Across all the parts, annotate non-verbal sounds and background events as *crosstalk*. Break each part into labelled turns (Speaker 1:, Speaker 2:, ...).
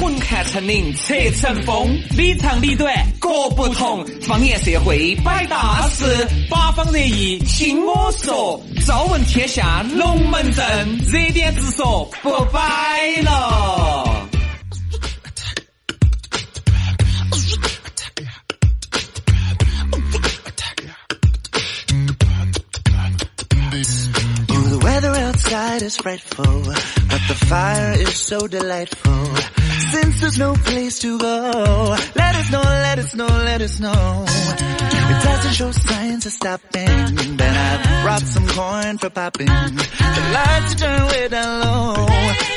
Speaker 1: 混看成岭侧成峰，里长里短各不同。方言社会摆大事，八方热议听我说。朝闻天下龙门阵，热点直说不摆了。
Speaker 2: Oh, the weather outside is frightful, but the fire is so delightful. Since there's no place to go, let us know, let us know, let us know. It doesn't show signs of stopping, but I brought some corn for popping. The lights are turned way down low.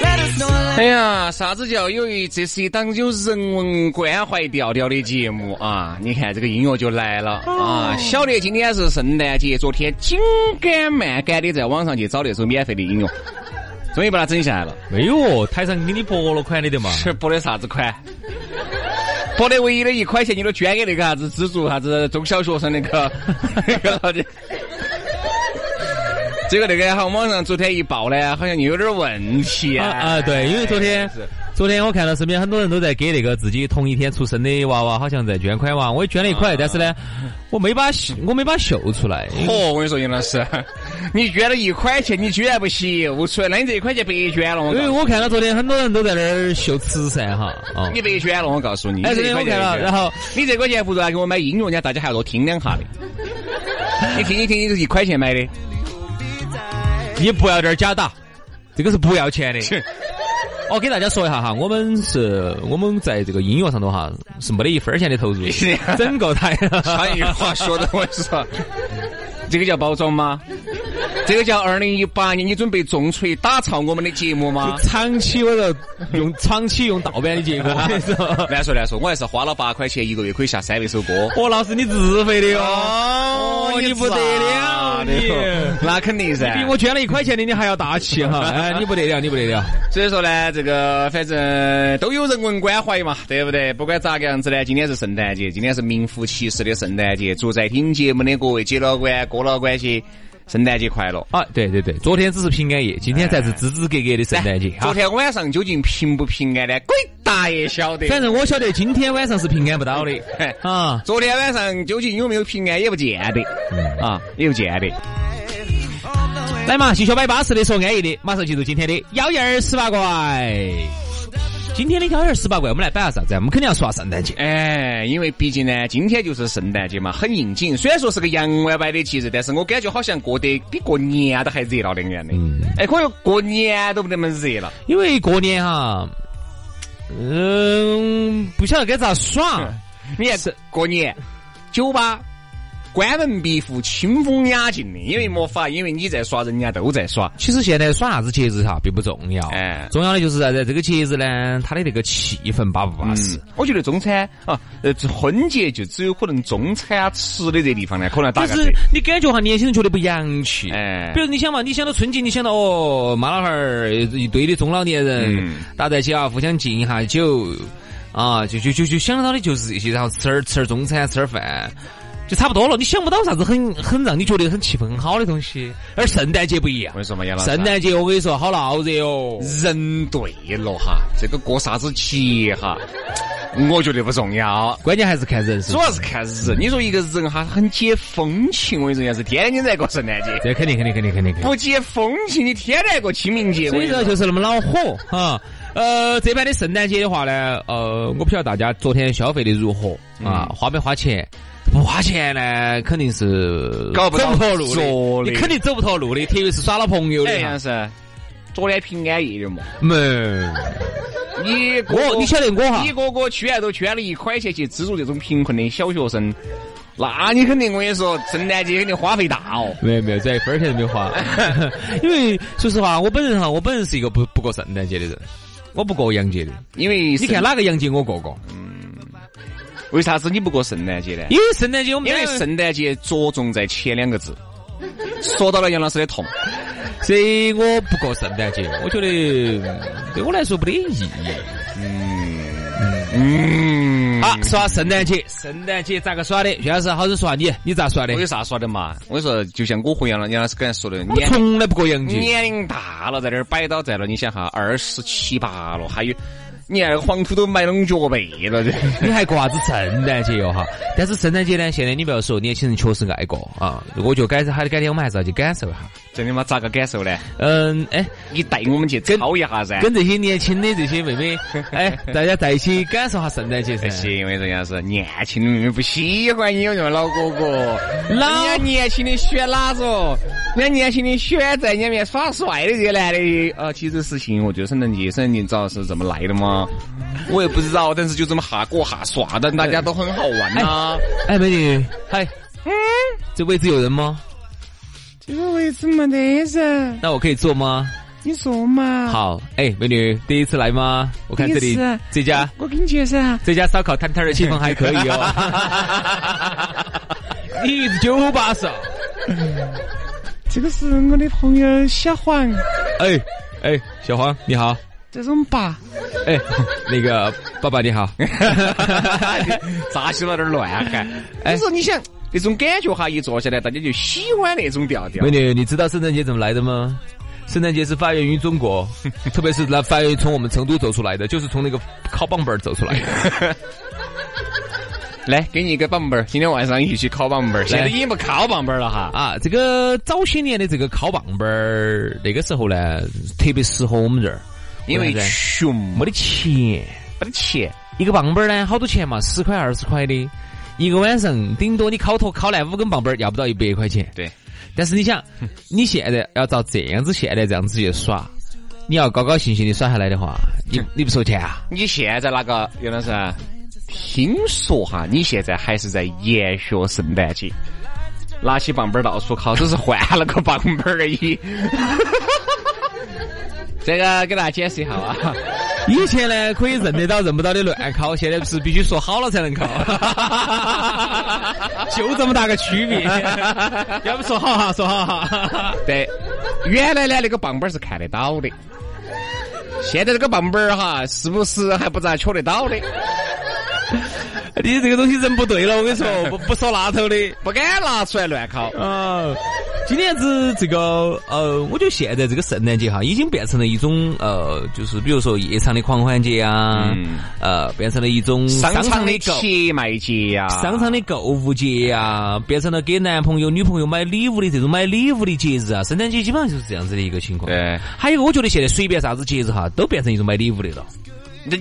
Speaker 2: Let us know, let
Speaker 3: *laughs* 哎呀，啥子叫有一？这是一档有人文关怀调调的节目啊！你看这个音乐就来了啊！
Speaker 4: 哦
Speaker 3: 晓得今天是圣诞节，昨天紧赶慢赶的在网上去找那首免费的音乐，终于把它整下来了。
Speaker 4: 哎呦，台上给你拨了款的得嘛？
Speaker 3: 这拨的啥子 *laughs* 款？拨的唯一的一块钱，你都捐给那个啥子资助啥子中小学生那个 *laughs* 那个老的。这个那个好，网上昨天一报呢，好像又有点问题
Speaker 4: 啊啊，对，因为昨天
Speaker 3: 是
Speaker 4: 昨天我看到身边很多人都在给那个自己同一天出生的娃娃，好像在捐款哇。我也捐了一块，但是呢，我没把我没把秀出来。
Speaker 3: 嚯，哦我跟你说，杨老 *laughs* 师，你捐了一块钱，你居然不秀出来，那你这一块钱白捐了，我
Speaker 4: 因
Speaker 3: 告
Speaker 4: 为
Speaker 3: 诉你，
Speaker 4: 我看到昨天很多人都在那儿秀慈善哈，啊，
Speaker 3: 你白捐了，哎我告诉你。
Speaker 4: 哎，昨
Speaker 3: 这一
Speaker 4: 天
Speaker 3: 块
Speaker 4: 我
Speaker 3: 钱
Speaker 4: 看了，
Speaker 3: 白捐
Speaker 4: 然后
Speaker 3: 你这块钱不如拿给我买音乐家，大家还要多听两 *laughs* 下的。你听一听，你是一块钱买 *laughs* 的，
Speaker 4: 你不要点儿假打，这个是不要钱的。我给大家说一下哈，我们是我们在这个音乐上头哈是没得一分儿钱的投入，整个台
Speaker 3: 商业话说的，我跟你说，这个叫包装吗？这个叫二零一八年，你准备重锤打造我们的节目 *laughs* 吗？
Speaker 4: *laughs* 长期我都用长期用盗版的结果，我跟你说
Speaker 3: 难说难说，我还是花了八块钱，一个月可以下三百首歌。
Speaker 4: *laughs* 哦，那是你自费的哟，
Speaker 3: 哦
Speaker 4: 你不得了，你
Speaker 3: *laughs* 那肯定噻。
Speaker 4: *laughs* 比我捐了一块钱的你还要大气 *laughs* 哈，哎，你不得了，你不得了。
Speaker 3: 所以说呢，这个反正都有人文关怀嘛，对不对？不管咋个样子呢，今天是圣诞节，今天是名副其实的圣诞节。祝在听节目的各位姐老倌、哥老倌些圣诞节快乐！
Speaker 4: 啊，对对对，昨天只是平安夜，今天才是支支格格的圣诞节啊
Speaker 3: 昨
Speaker 4: 哈。
Speaker 3: 天晚上究竟平不平安呢？鬼大爷晓得。
Speaker 4: 反正我晓得今天晚上是平安不到的
Speaker 3: *laughs*
Speaker 4: 啊。嗯
Speaker 3: 昨天晚上究竟有没有平安也不见得，啊，也不见得。
Speaker 4: 来嘛，继续摆巴适的说安逸的，马上进入今天的幺燕儿十八怪。今天的幺燕儿十八怪，我们来摆下啥子啊？我们肯定要说下圣诞节。
Speaker 3: 哎，因为毕竟呢，今天就是圣诞节嘛，很应景。虽然说是个洋歪歪的节日，但是我感觉好像过得比过年都还热闹的样的。
Speaker 4: 嗯
Speaker 3: 哎，可能过年都不那么热了。
Speaker 4: 因为过年哈，嗯、不晓得该咋耍。
Speaker 3: 你看过年，酒吧关门闭户，清风雅静的，因为没法，因为你在耍，人家都在耍。
Speaker 4: 其实现在耍啥子节日哈并不重要，
Speaker 3: 哎
Speaker 4: 重要的就是啥子？这个节日呢，它的那个气氛巴不巴适
Speaker 3: 嗯。，我觉得中餐啊，呃，婚节就只有可能中餐啊吃的这地方呢，可能打
Speaker 4: 但
Speaker 3: 个
Speaker 4: 是
Speaker 3: 折。
Speaker 4: 你感觉哈，年轻人觉得不洋气。
Speaker 3: 哎
Speaker 4: 比如你想嘛，你想到春节，你想到哦，妈老汉儿一堆的中老年人
Speaker 3: 嗯
Speaker 4: 打在一起啊，互相敬一下酒啊，就就就就想得到的就是这些，然后吃点儿吃点儿中餐，吃点儿饭。就差不多了，你想不到啥子很很让你觉得很气氛很好的东西。而圣诞节不一样
Speaker 3: 我，跟你说嘛，杨老师啊，
Speaker 4: 圣诞节我跟你说好闹热哦。
Speaker 3: 人对了哈，这个过啥子节哈，我觉得不重要。
Speaker 4: 关键还是看人是
Speaker 3: 主
Speaker 4: 吧？
Speaker 3: 要是看人，你说一个人哈很解风情，我跟你说，要是天天在过圣诞节，
Speaker 4: 这肯定肯定肯定肯定。肯定
Speaker 3: 不解风情，你天天过清明节，我
Speaker 4: 所
Speaker 3: 跟
Speaker 4: 以
Speaker 3: 你
Speaker 4: 说
Speaker 3: 说，
Speaker 4: 就是那么恼火哈。呃，这边的圣诞节的话呢，呃，我不晓得大家昨天消费的如何
Speaker 3: 嗯
Speaker 4: 啊，花没花钱？不花钱呢，肯定是
Speaker 3: 搞不
Speaker 4: 走
Speaker 3: 到
Speaker 4: 不脱路
Speaker 3: 说
Speaker 4: 的，
Speaker 3: 的
Speaker 4: 你肯定走不脱路的，特别是耍了朋友的
Speaker 3: 哎，
Speaker 4: 哈
Speaker 3: 杨。是昨天平安夜的嘛，
Speaker 4: 没，
Speaker 3: 你
Speaker 4: 我你晓得我哈
Speaker 3: 你，哥哥捐都捐了一块钱去资助这种贫困的小学生，那你肯定我跟你说，圣诞节肯定花费大哦。
Speaker 4: 没有没有，这一分钱都没
Speaker 3: *laughs*
Speaker 4: 花，因为说实话，我本人哈，我本人是一个不不过圣诞节的人，我不过洋节的。
Speaker 3: 因为
Speaker 4: 你看
Speaker 3: 圣，
Speaker 4: 哪个洋节我过过？
Speaker 3: 为啥子你不过圣诞节呢？
Speaker 4: 因为圣诞节我们
Speaker 3: 因为
Speaker 4: 单位
Speaker 3: 圣诞节着重在前两个字， *laughs* 说到了杨老师的痛。
Speaker 4: 所以我不过圣诞节，我觉得嗯对我来说没得意义。
Speaker 3: 嗯，
Speaker 4: 啊，耍圣诞节，圣诞节咋个耍的？徐老师，好生说下你，你咋耍的
Speaker 3: 我？有啥说的嘛？我跟你说，就像我和杨老杨老师刚才说的，
Speaker 4: 我
Speaker 3: 年
Speaker 4: 从来不过洋节，
Speaker 3: 年龄大了，在这儿摆倒在了，你想哈，二十七八了，还有你看那个黄土都埋拢脚背了， *laughs* 这
Speaker 4: 你还过啥子圣诞节哦哟哈？但是圣诞节呢，现在你不要说，年轻人确实爱过啊。我觉得改还改天我们还是要去感受一下。
Speaker 3: 真的吗？咋个感受呢？
Speaker 4: 嗯，哎，
Speaker 3: 你带我们去操一下噻。
Speaker 4: 跟这些年轻的这些妹妹，哎，大家在一起感受下圣诞节噻
Speaker 3: 不。行，我跟你说，是年轻的妹妹不喜欢你，我说老哥哥，
Speaker 4: 老
Speaker 3: 人家年轻的选哪个？人家年轻的选在里面耍帅的这些男的啊。其实事情，我觉得圣诞节，圣诞节你知道是怎么来的吗？我也不知道，但是就这么哈过哈耍的，大家都很好玩呐、
Speaker 4: 哎，美女，嗨，这位置有人吗？
Speaker 3: 嗯这个位置没得人，
Speaker 4: 那我可以坐吗？
Speaker 3: 你说嘛？，
Speaker 4: 好，哎，美女，第一次来吗？我看这
Speaker 3: 第
Speaker 4: 里
Speaker 3: 一次啊
Speaker 4: 这家
Speaker 3: 我给你啊介绍。
Speaker 4: 这家烧烤摊摊的气氛还可以
Speaker 3: *laughs*
Speaker 4: 哦。一九八手，
Speaker 3: 这个是我的朋友小黄，
Speaker 4: 哎哎，小黄你好，
Speaker 3: 这是我们爸。
Speaker 4: 哎，那个爸爸你好，
Speaker 3: *laughs* 扎起了点乱啊喊。
Speaker 4: 哎
Speaker 3: 你说你想那种感觉哈，一坐下来大家就喜欢那种调调
Speaker 4: 美。女，你知道圣诞节怎么来的吗？圣诞节是发源于
Speaker 3: *laughs*
Speaker 4: 中国，特别是来发源于从我们成都走出来的，就是从那个烤棒棒儿走出
Speaker 3: *laughs*
Speaker 4: 来的。
Speaker 3: 来，给你一个棒棒儿，今天晚上一起烤棒棒儿。现在
Speaker 4: 来
Speaker 3: 已经不烤棒棒儿了哈。
Speaker 4: 啊，这个早些年的这个烤棒棒儿，那个时候呢，特别适合我们这儿，
Speaker 3: 因为
Speaker 4: 啥子
Speaker 3: 穷
Speaker 4: 没
Speaker 3: 没
Speaker 4: 得钱，
Speaker 3: 得钱，
Speaker 4: 一个棒棒儿呢，好多钱嘛，十块二十块的，一个晚上顶多你烤坨烤烂五根棒棒儿，要不到一百块钱。
Speaker 3: 对，
Speaker 4: 但是
Speaker 3: *laughs*
Speaker 4: 你想，你现在要照这样子现在这样子去耍，你要高高兴兴的耍下来的话，你你不收钱啊？
Speaker 3: 你现在那个杨老师啊，听说哈，你现在还是在研学圣诞节，拿起棒棒儿到处烤，只是换了个棒棒儿而已。 *laughs* 这个给大家解释一下啊。
Speaker 4: 以前呢可以认得到认不到的乱烤，现在是必须说好了才能烤，就这么大个区别。 *laughs* 要不说好哈，说好哈。
Speaker 3: *laughs* 对，原来呢那个棒棒儿是看得到的，现在这个棒棒儿哈，时不时还不咋瞧得到的，
Speaker 4: 你这个东西人不对了，我跟你说，不不说那头的。
Speaker 3: 不敢拿出来乱烤。
Speaker 4: 啊，今天子这个呃，我觉得现在这个圣诞节哈，已经变成了一种呃，就是比如说夜场的狂欢节啊，
Speaker 3: 嗯
Speaker 4: 呃，变成了一种
Speaker 3: 商
Speaker 4: 场
Speaker 3: 场
Speaker 4: 的
Speaker 3: 的
Speaker 4: 购。
Speaker 3: 切卖节啊呀，
Speaker 4: 商场的购物节啊，变成了给男朋友、女朋友买礼物的这种买礼物的节日啊，圣诞节基本上就是这样子的一个情况。
Speaker 3: 对，
Speaker 4: 还有一个我觉得现在随便啥子节日哈，都变成一种买礼物的了。
Speaker 3: 那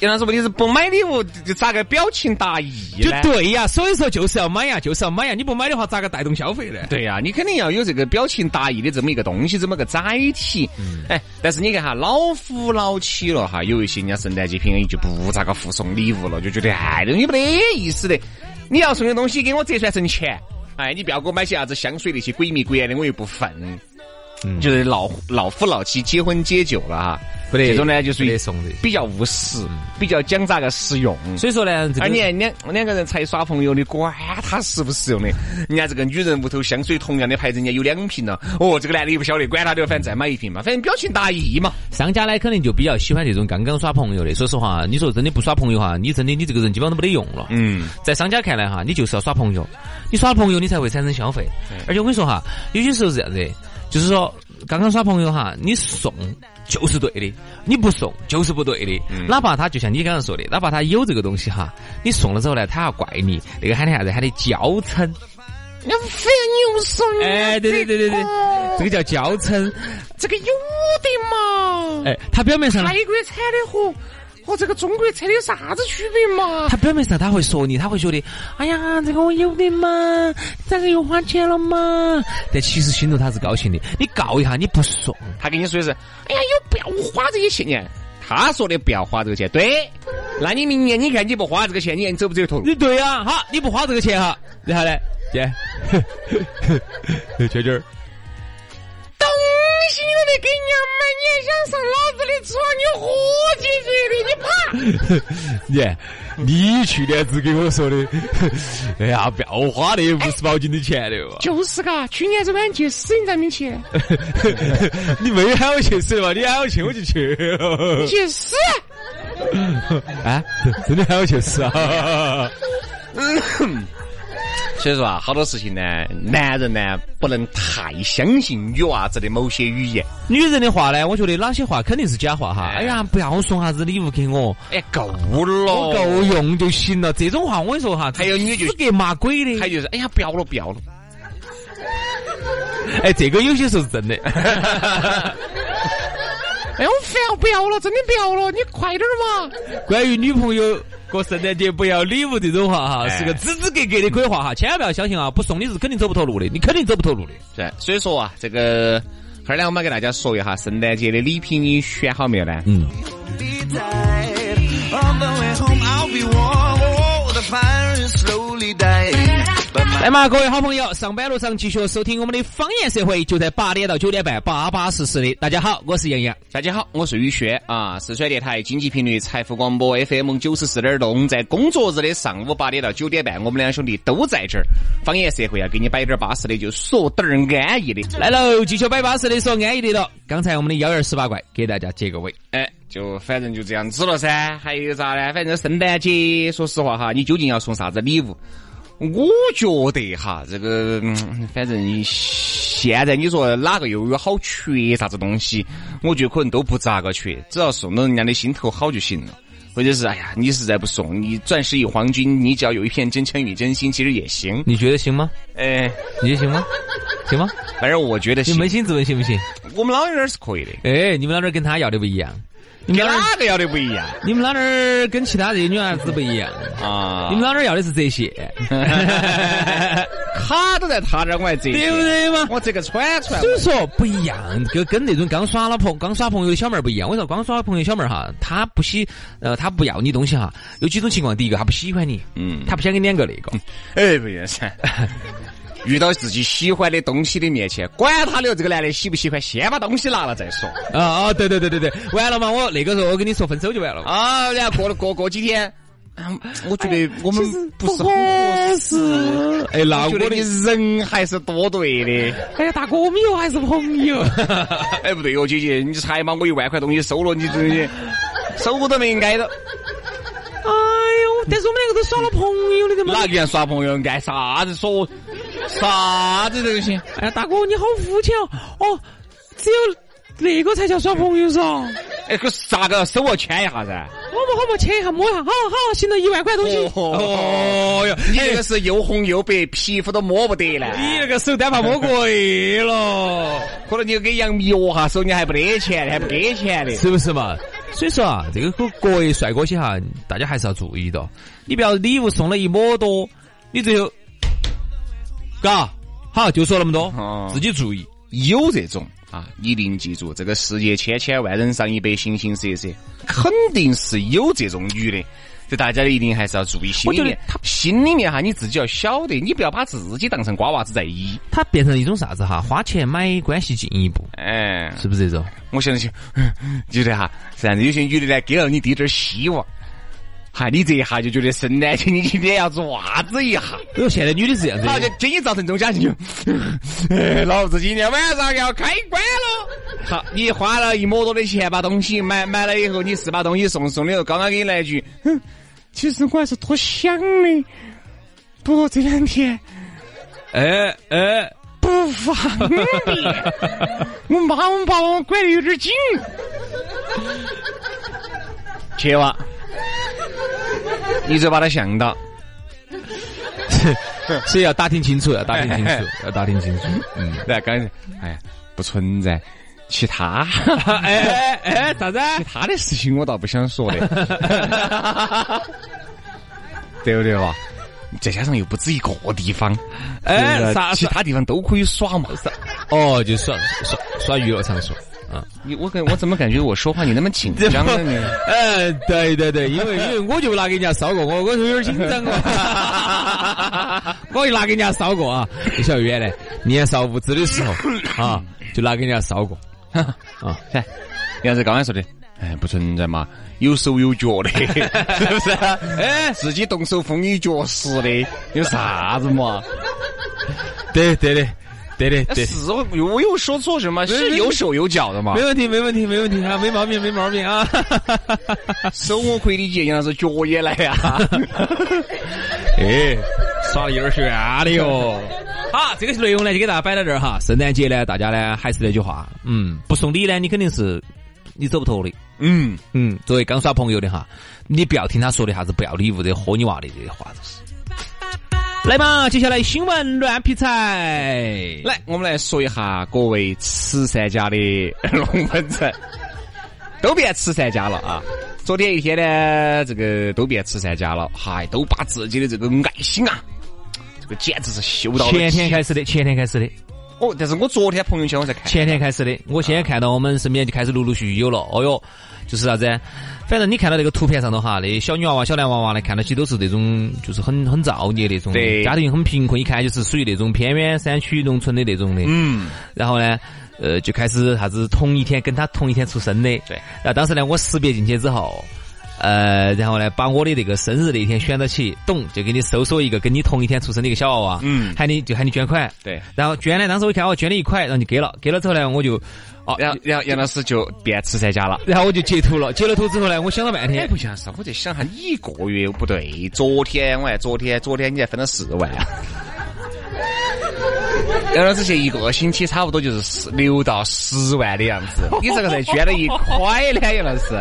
Speaker 3: 杨老师问题是不买礼物，就咋个表情达意
Speaker 4: 就
Speaker 3: 呢？
Speaker 4: 对呀，所以说就是要买呀，就是要买呀，你不买的话咋个带动消费呢？
Speaker 3: 对呀、你肯定要有这个表情达意的这么一个东西，这么个载体。
Speaker 4: 嗯
Speaker 3: 哎，但是你看哈，老夫老妻了哈，有一些人家圣诞节平安就不咋个互送礼物了，就觉得哎，这东西没得意思的。你要送的东西给我折算成钱，哎，你不要给我买些啥子香水那些鬼迷鬼眼的，我又不分。就是老老夫老妻结婚解酒了哈，
Speaker 4: 嗯不得
Speaker 3: 这种呢就属
Speaker 4: 不
Speaker 3: 于
Speaker 4: 得送的嗯
Speaker 3: 比较务实，比较讲咋个实用。
Speaker 4: 所以说呢，这个
Speaker 3: 而你看两两个人才耍朋友，你管他实不实用的？人家这个女人屋头香水同样的牌子，人家有两瓶了。哦，这个男的也不晓得，管他的，反正再买一瓶嘛，反正表情达意嘛。
Speaker 4: 商家呢，肯定就比较喜欢这种刚刚耍朋友的。说实话，你说真的不耍朋友哈，你真的你这个人基本上都没得用了。
Speaker 3: 嗯，
Speaker 4: 在商家看来哈，你就是要耍朋友，你耍朋友你才会产生消费。而且我跟你说哈，有些时候是这样子的，就是说刚刚耍朋友哈，你送就是对的，你不送就是不对的。哪怕他就像你刚刚说的，哪怕他有这个东西哈，你送了之后呢，他要怪你，那个喊的啥子？喊的娇嗔。
Speaker 3: 那非要你送
Speaker 4: 哎，对对对对对，这个叫娇嗔。
Speaker 3: 这个有的嘛，
Speaker 4: 哎，他表面上呢
Speaker 3: 泰国产的和和这个中国产的有啥子区别嘛？
Speaker 4: 他表面上他会说你，他会觉得，哎呀，这个我有的嘛，这个又花钱了嘛。但其实心头他是高兴的。你告一下，你不送，
Speaker 3: 他跟你说的是，哎呀，有必要花这些钱？他说的不要花这个钱，对。那你明年你看你不花这个钱，你看你走不走头路？
Speaker 4: 你对呀、好，你不花这个钱哈，然后呢， *laughs* 姐，娟娟儿， *laughs*
Speaker 3: 东西你都没给人家买，你还想上老子的床？你活结结的，你怕？
Speaker 4: 姐，你去年子给我说的， *laughs* 哎呀，不要花那五十毛巾的钱的哦嘛，
Speaker 3: 就是嘎，去年子晚去死你在面前，
Speaker 4: *laughs* 你没喊我去死嘛，你喊我去我就去，
Speaker 3: *laughs* 去死！哎
Speaker 4: 啊，真的喊我去死啊！
Speaker 3: 所以说啊，好多事情呢，男人呢不能太相信女娃子的某些语言。
Speaker 4: *laughs* 女人的话呢，我觉得哪些话肯定是假话哈。
Speaker 3: 哎
Speaker 4: 哎呀，不要送啥子礼物给我，
Speaker 3: 哎，哦够了，
Speaker 4: 我够。用就行了。这种话我跟你说哈，
Speaker 3: 还有你就
Speaker 4: 资格骂鬼的
Speaker 3: 还。就是，哎呀，不要了，不要了。
Speaker 4: 哎，这个有些时候是真的。
Speaker 3: *laughs* 哎，我烦，不要了，真的不要了，你快点嘛。
Speaker 4: 关于女朋友过圣诞节不要礼物这种话哈，
Speaker 3: 哎
Speaker 4: 是个支支格格的鬼话哈，千万不要相信啊！不送你是肯定走不脱路的，你肯定走不脱路的。
Speaker 3: 对，所以说啊，这个后儿呢，我们给大家说一下圣诞节的礼品，你选好没有呢？
Speaker 4: 嗯，
Speaker 2: be tied. On the way home, I'll be warm. Oh, the fire is slowly dying. But my
Speaker 4: 来哎嘛，各位好朋友，上班路上继续收听我们的《方言社会》，就在八点到九点半，巴巴适适的。大家好，我是杨洋。
Speaker 3: 大家好，我是宇轩啊，四川电台经济频率财富广播 FM 九十四点六，在工作日的上午八点到九点半，我们两兄弟都在这儿。方言社会啊要、给你摆点儿巴适的，就说点儿安逸的。
Speaker 4: 来喽，继续摆巴适的说安逸的了。刚才我们的幺儿十八怪给大家结个尾，
Speaker 3: 哎，就反正就这样子了噻，还有咋呢？反正圣诞节，说实话哈，你究竟要送啥子礼物？我觉得哈，这个、嗯反正现在你说哪个又有好缺啥子东西，我觉得可能都不咋个缺，只要送到人家的心头好就行了。或者是哎呀，你实在不送，你钻石与黄金，你只要有一片真诚与真心，其实也行。
Speaker 4: 你觉得行吗？
Speaker 3: 哎，
Speaker 4: 你觉得行吗？行 *laughs* 吗？
Speaker 3: 反正我觉得
Speaker 4: 你
Speaker 3: 行
Speaker 4: 扪，心自问行不行？
Speaker 3: 我们老娘儿是可以的，
Speaker 4: 哎，你们老儿跟他要的不一样，你
Speaker 3: 跟
Speaker 4: 们老儿
Speaker 3: 哪个要的不一样
Speaker 4: 你们老儿跟其他这些女孩子不一样。
Speaker 3: 啊？
Speaker 4: 你们老儿要的是这 *laughs* 些，
Speaker 3: 卡都在 *laughs* 他这儿，我还这
Speaker 4: 对不对嘛？
Speaker 3: 我这个串串
Speaker 4: 所以说不一样，跟跟那种刚耍了朋刚耍朋友的小妹儿不一样。我说刚耍朋友小妹儿哈，她不喜呃，她不要你东西哈，有几种情况。第一个，她不喜欢你，
Speaker 3: 嗯，
Speaker 4: 她不想跟你两个那个。
Speaker 3: 哎，不认噻。遇到自己喜欢的东西的面前，管他的这个男的喜不喜欢，先把东西拿了再说。
Speaker 4: *laughs* 啊啊，对对对对对，完了嘛，我那个时候我跟你说分手就完了。
Speaker 3: 啊，然后过了过过几天，嗯我觉得我们不是很合
Speaker 4: 合
Speaker 3: 适。
Speaker 4: 适。哎，
Speaker 3: 我
Speaker 4: 那我
Speaker 3: 觉得
Speaker 4: 的
Speaker 3: 你，人还是多对的。
Speaker 4: *laughs* 哎呀，大哥，我们以后还是朋友。
Speaker 3: *laughs* 哎，不对哟，姐姐，你才把我一万块东西收了，你这你收都没挨到。
Speaker 4: 哎呦，但是我们两个都耍了朋友了的嘛。
Speaker 3: 哪个愿耍朋友干啥子说啥子东西？
Speaker 4: 哎，大哥，你好肤浅哦！哦，只有那个才叫耍朋友嗦。好
Speaker 3: 哎，可是咋个手要牵一下噻？
Speaker 4: 嘛好嘛，牵一下摸一下，好好，行了，一万块东西。
Speaker 3: 嗯哦哟，你这个是又红又白，皮肤都摸不得了。
Speaker 4: 哎你那个手单怕摸过去了，
Speaker 3: 可能你给杨迷哦哈手，你还不得钱，还不给钱的。
Speaker 4: 是不是嘛？所以说啊，这个各各位帅哥些哈，大家还是要注意的，你不要礼物送了一摸多，你最后，嘎，好，就说那么多
Speaker 3: 哦，
Speaker 4: 自己注意。
Speaker 3: 有这种啊，一定记住，这个世界千千万人上一百，形形色色，肯定是有这种女的。这大家一定还是要注意心里
Speaker 4: 我觉
Speaker 3: 面
Speaker 4: 得她，
Speaker 3: 心里面哈，你自己要晓得，你不要把自己当成瓜娃子在医。
Speaker 4: 它变成一种啥子哈？花钱买关系进一步，
Speaker 3: 哎，
Speaker 4: 是不是这种？
Speaker 3: 我想起，嗯觉得哈，这样子有些女的呢，给了你滴点儿希望，哈，你这一下就觉得圣诞节你今天要爪子一下，
Speaker 4: 哎呦，现在女的是这样子
Speaker 3: 然后
Speaker 4: 的
Speaker 3: 就。给你造成这种假象，就，哎，老子今天晚上要开关了。好，你花了一摸多的钱把东西买买了以后，你是把东西送送的时候，刚刚给你来一句，哼，其实我还是多想的，不过这两天
Speaker 4: 哎哎，
Speaker 3: 不方便， *laughs* 我妈我爸我管得有点紧。切娃，你就把他想到，
Speaker 4: 所以要打听清楚，要打听清楚，要打听清楚。嗯，
Speaker 3: *laughs* 来，刚才，哎呀，不存在其他
Speaker 4: *laughs* 哎哎，啥子？
Speaker 3: 其他的事情，我倒不想说的，
Speaker 4: *laughs*
Speaker 3: 对不对吧？再加上又不止一个地方，
Speaker 4: 哎
Speaker 3: 对不对
Speaker 4: 啥
Speaker 3: 其他地方都可以耍嘛。
Speaker 4: 哦，就耍耍耍娱乐场所啊。
Speaker 3: 你我感我怎么感觉我说话你那么紧张啊
Speaker 4: *laughs*
Speaker 3: 呢？你？
Speaker 4: 嗯，对对对，因为因为我就拿给人家烧过，我我就有点紧张 *laughs* 哦。我就拿给人家烧过啊，你晓得原来你年少无知的时候啊，就拿给人家烧过啊。
Speaker 3: 噻，哎杨子刚才说的，哎，不存在嘛，有手有
Speaker 4: *laughs*
Speaker 3: 脚的，是不是？哎，自己动手风雨脚实的，有啥子嘛？
Speaker 4: 对对的，对的对。
Speaker 3: 是我我又说错什么？
Speaker 4: 没
Speaker 3: 是
Speaker 4: 没
Speaker 3: 有手有脚的嘛
Speaker 4: 没？问题，没问题，没问题啊，没毛病，没毛病啊！
Speaker 3: 啊 *laughs* 手我可以理解，杨老师脚也来呀、
Speaker 4: 哎，耍的有点悬的哟。好，这个内容呢就给大家摆到这儿哈。圣诞节呢，大家呢还是那句话，嗯，不送礼呢，你肯定是你走不脱的。
Speaker 3: 嗯，
Speaker 4: 嗯，作为刚耍朋友的哈，你不要听他说的啥子不要礼物的、喝你娃的这些话，都是。来嘛，接下来新闻乱劈柴。
Speaker 3: 来，我们来说一下各位慈善家的龙门阵，都变慈善家了啊！昨天一天呢，这个都变慈善家了，嗨，都把自己的这个爱心啊，这个简直是秀到了
Speaker 4: 前天
Speaker 3: 极
Speaker 4: 开始的，前天开始的，
Speaker 3: 哦，但是我昨天朋友圈我才看，
Speaker 4: 前天开始的，我现在看到我们身边就开始陆陆续续有了。哦哟，就是啥子？反正你看到那个图片上头哈，那小女娃娃、小男娃娃呢，看到起都是那种就是很很造孽那种，
Speaker 3: 对
Speaker 4: 家庭很贫困，一看就是属于那种偏远山区农村的那种的。
Speaker 3: 嗯，
Speaker 4: 然后呢，呃，就开始啥子同一天跟他同一天出生的。
Speaker 3: 对。
Speaker 4: 然后当时呢，我识别进去之后，呃，然后呢，把我的那个生日那一天选到起，懂就给你搜索一个跟你同一天出生的一个小娃娃，
Speaker 3: 嗯
Speaker 4: 喊你就喊你捐款。
Speaker 3: 对，
Speaker 4: 然后捐呢，当时我一看，哦，捐了一块，然后就给了，给了之后呢，我就，哦，
Speaker 3: 然后然后杨老师就变慈善家了。
Speaker 4: 然后我就截图了，截了图之后呢，我想了半
Speaker 3: 哎，
Speaker 4: 天
Speaker 3: 不，像是，我在想哈，你一个月不对，昨天我还昨天昨天你才分了四万、啊。杨老师现在一个星期差不多就是十六到十万的样子，你这个才捐了一块呢，杨老师。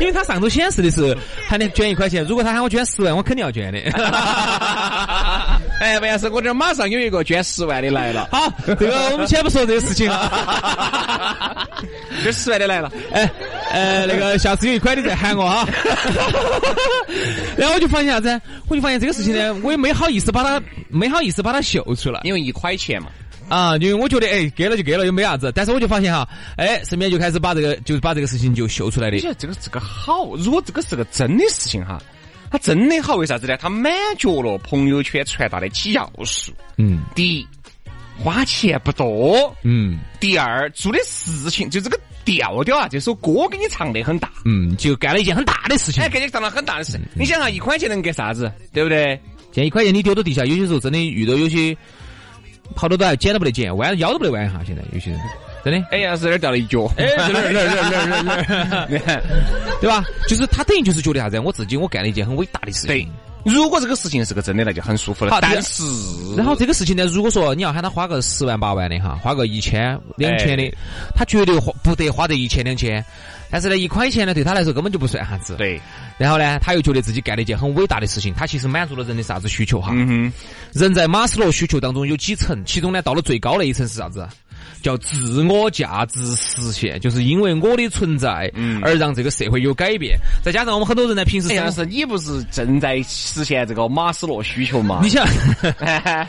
Speaker 4: 因为他上头显示的是喊你捐一块钱，如果他喊我捐十万，我肯定要捐的。
Speaker 3: *laughs* 哎，不要是我这儿马上有一个捐十万的来了， *laughs*
Speaker 4: 好，这个我们先不说这个事情啊。
Speaker 3: 这十万的来了，
Speaker 4: 哎，呃，那个下次有一块你再喊我啊。 *laughs* 然后我就发现啥子？我就发现这个事情呢，我也没好意思把它，没好意思把它秀出来
Speaker 3: 因为一块钱嘛，
Speaker 4: 啊，因为我觉得哎，给了就给了，又没啥子。但是我就发现哈，哎，身边就开始把这个，就是把这个事情就秀出来的
Speaker 3: 你。觉得这个是个好？如果这个是个真的事情哈，它真的好，为啥子呢？它满足了朋友圈传达的几要素。
Speaker 4: 嗯
Speaker 3: 第一，花钱不多；
Speaker 4: 嗯
Speaker 3: 第二，做的事情就这个调调啊，这首歌给你唱得很大，
Speaker 4: 嗯，就干了一件很大的事情
Speaker 3: 哎，。给你唱了很大的事。你想啊，一块钱能干啥子，对不对？
Speaker 4: 见一块钱你丢到地下，有些时候真的遇到有些好多都还捡都不得捡，弯腰都不得弯一下。现在有些人真的。
Speaker 3: *laughs* 哎，要是这儿掉了一脚，
Speaker 4: 哎，这儿这儿这儿这儿这儿这儿，
Speaker 3: 你看，
Speaker 4: 对吧？就是他等于就是觉得啥子，我自己我干了一件很伟大的事情。
Speaker 3: 对。如果这个事情是个真的，那就很舒服了
Speaker 4: 好。
Speaker 3: 但
Speaker 4: 然
Speaker 3: 是，
Speaker 4: 然后这个事情呢，如果说你要喊他花个十万八万的哈，花个一千两千
Speaker 3: 哎
Speaker 4: 的，他绝对花不得花这一千两千。但是呢，一块钱呢对他来说根本就不算啥子。。
Speaker 3: 对，
Speaker 4: 然后呢，他又觉得自己干了一件很伟大的事情，他其实满足了人的啥子需求哈？
Speaker 3: 嗯
Speaker 4: 人在马斯洛需求当中有几层，其中呢，到了最高那一层是啥子？叫自我价值实现，就是因为我的存在，
Speaker 3: 嗯
Speaker 4: 而让这个社会有改变。再加上我们很多人呢，平时
Speaker 3: 哼，
Speaker 4: 生
Speaker 3: 杨
Speaker 4: 活
Speaker 3: 老师，你不哎是正在实现这个马斯洛需求吗？
Speaker 4: 你 *laughs* 想，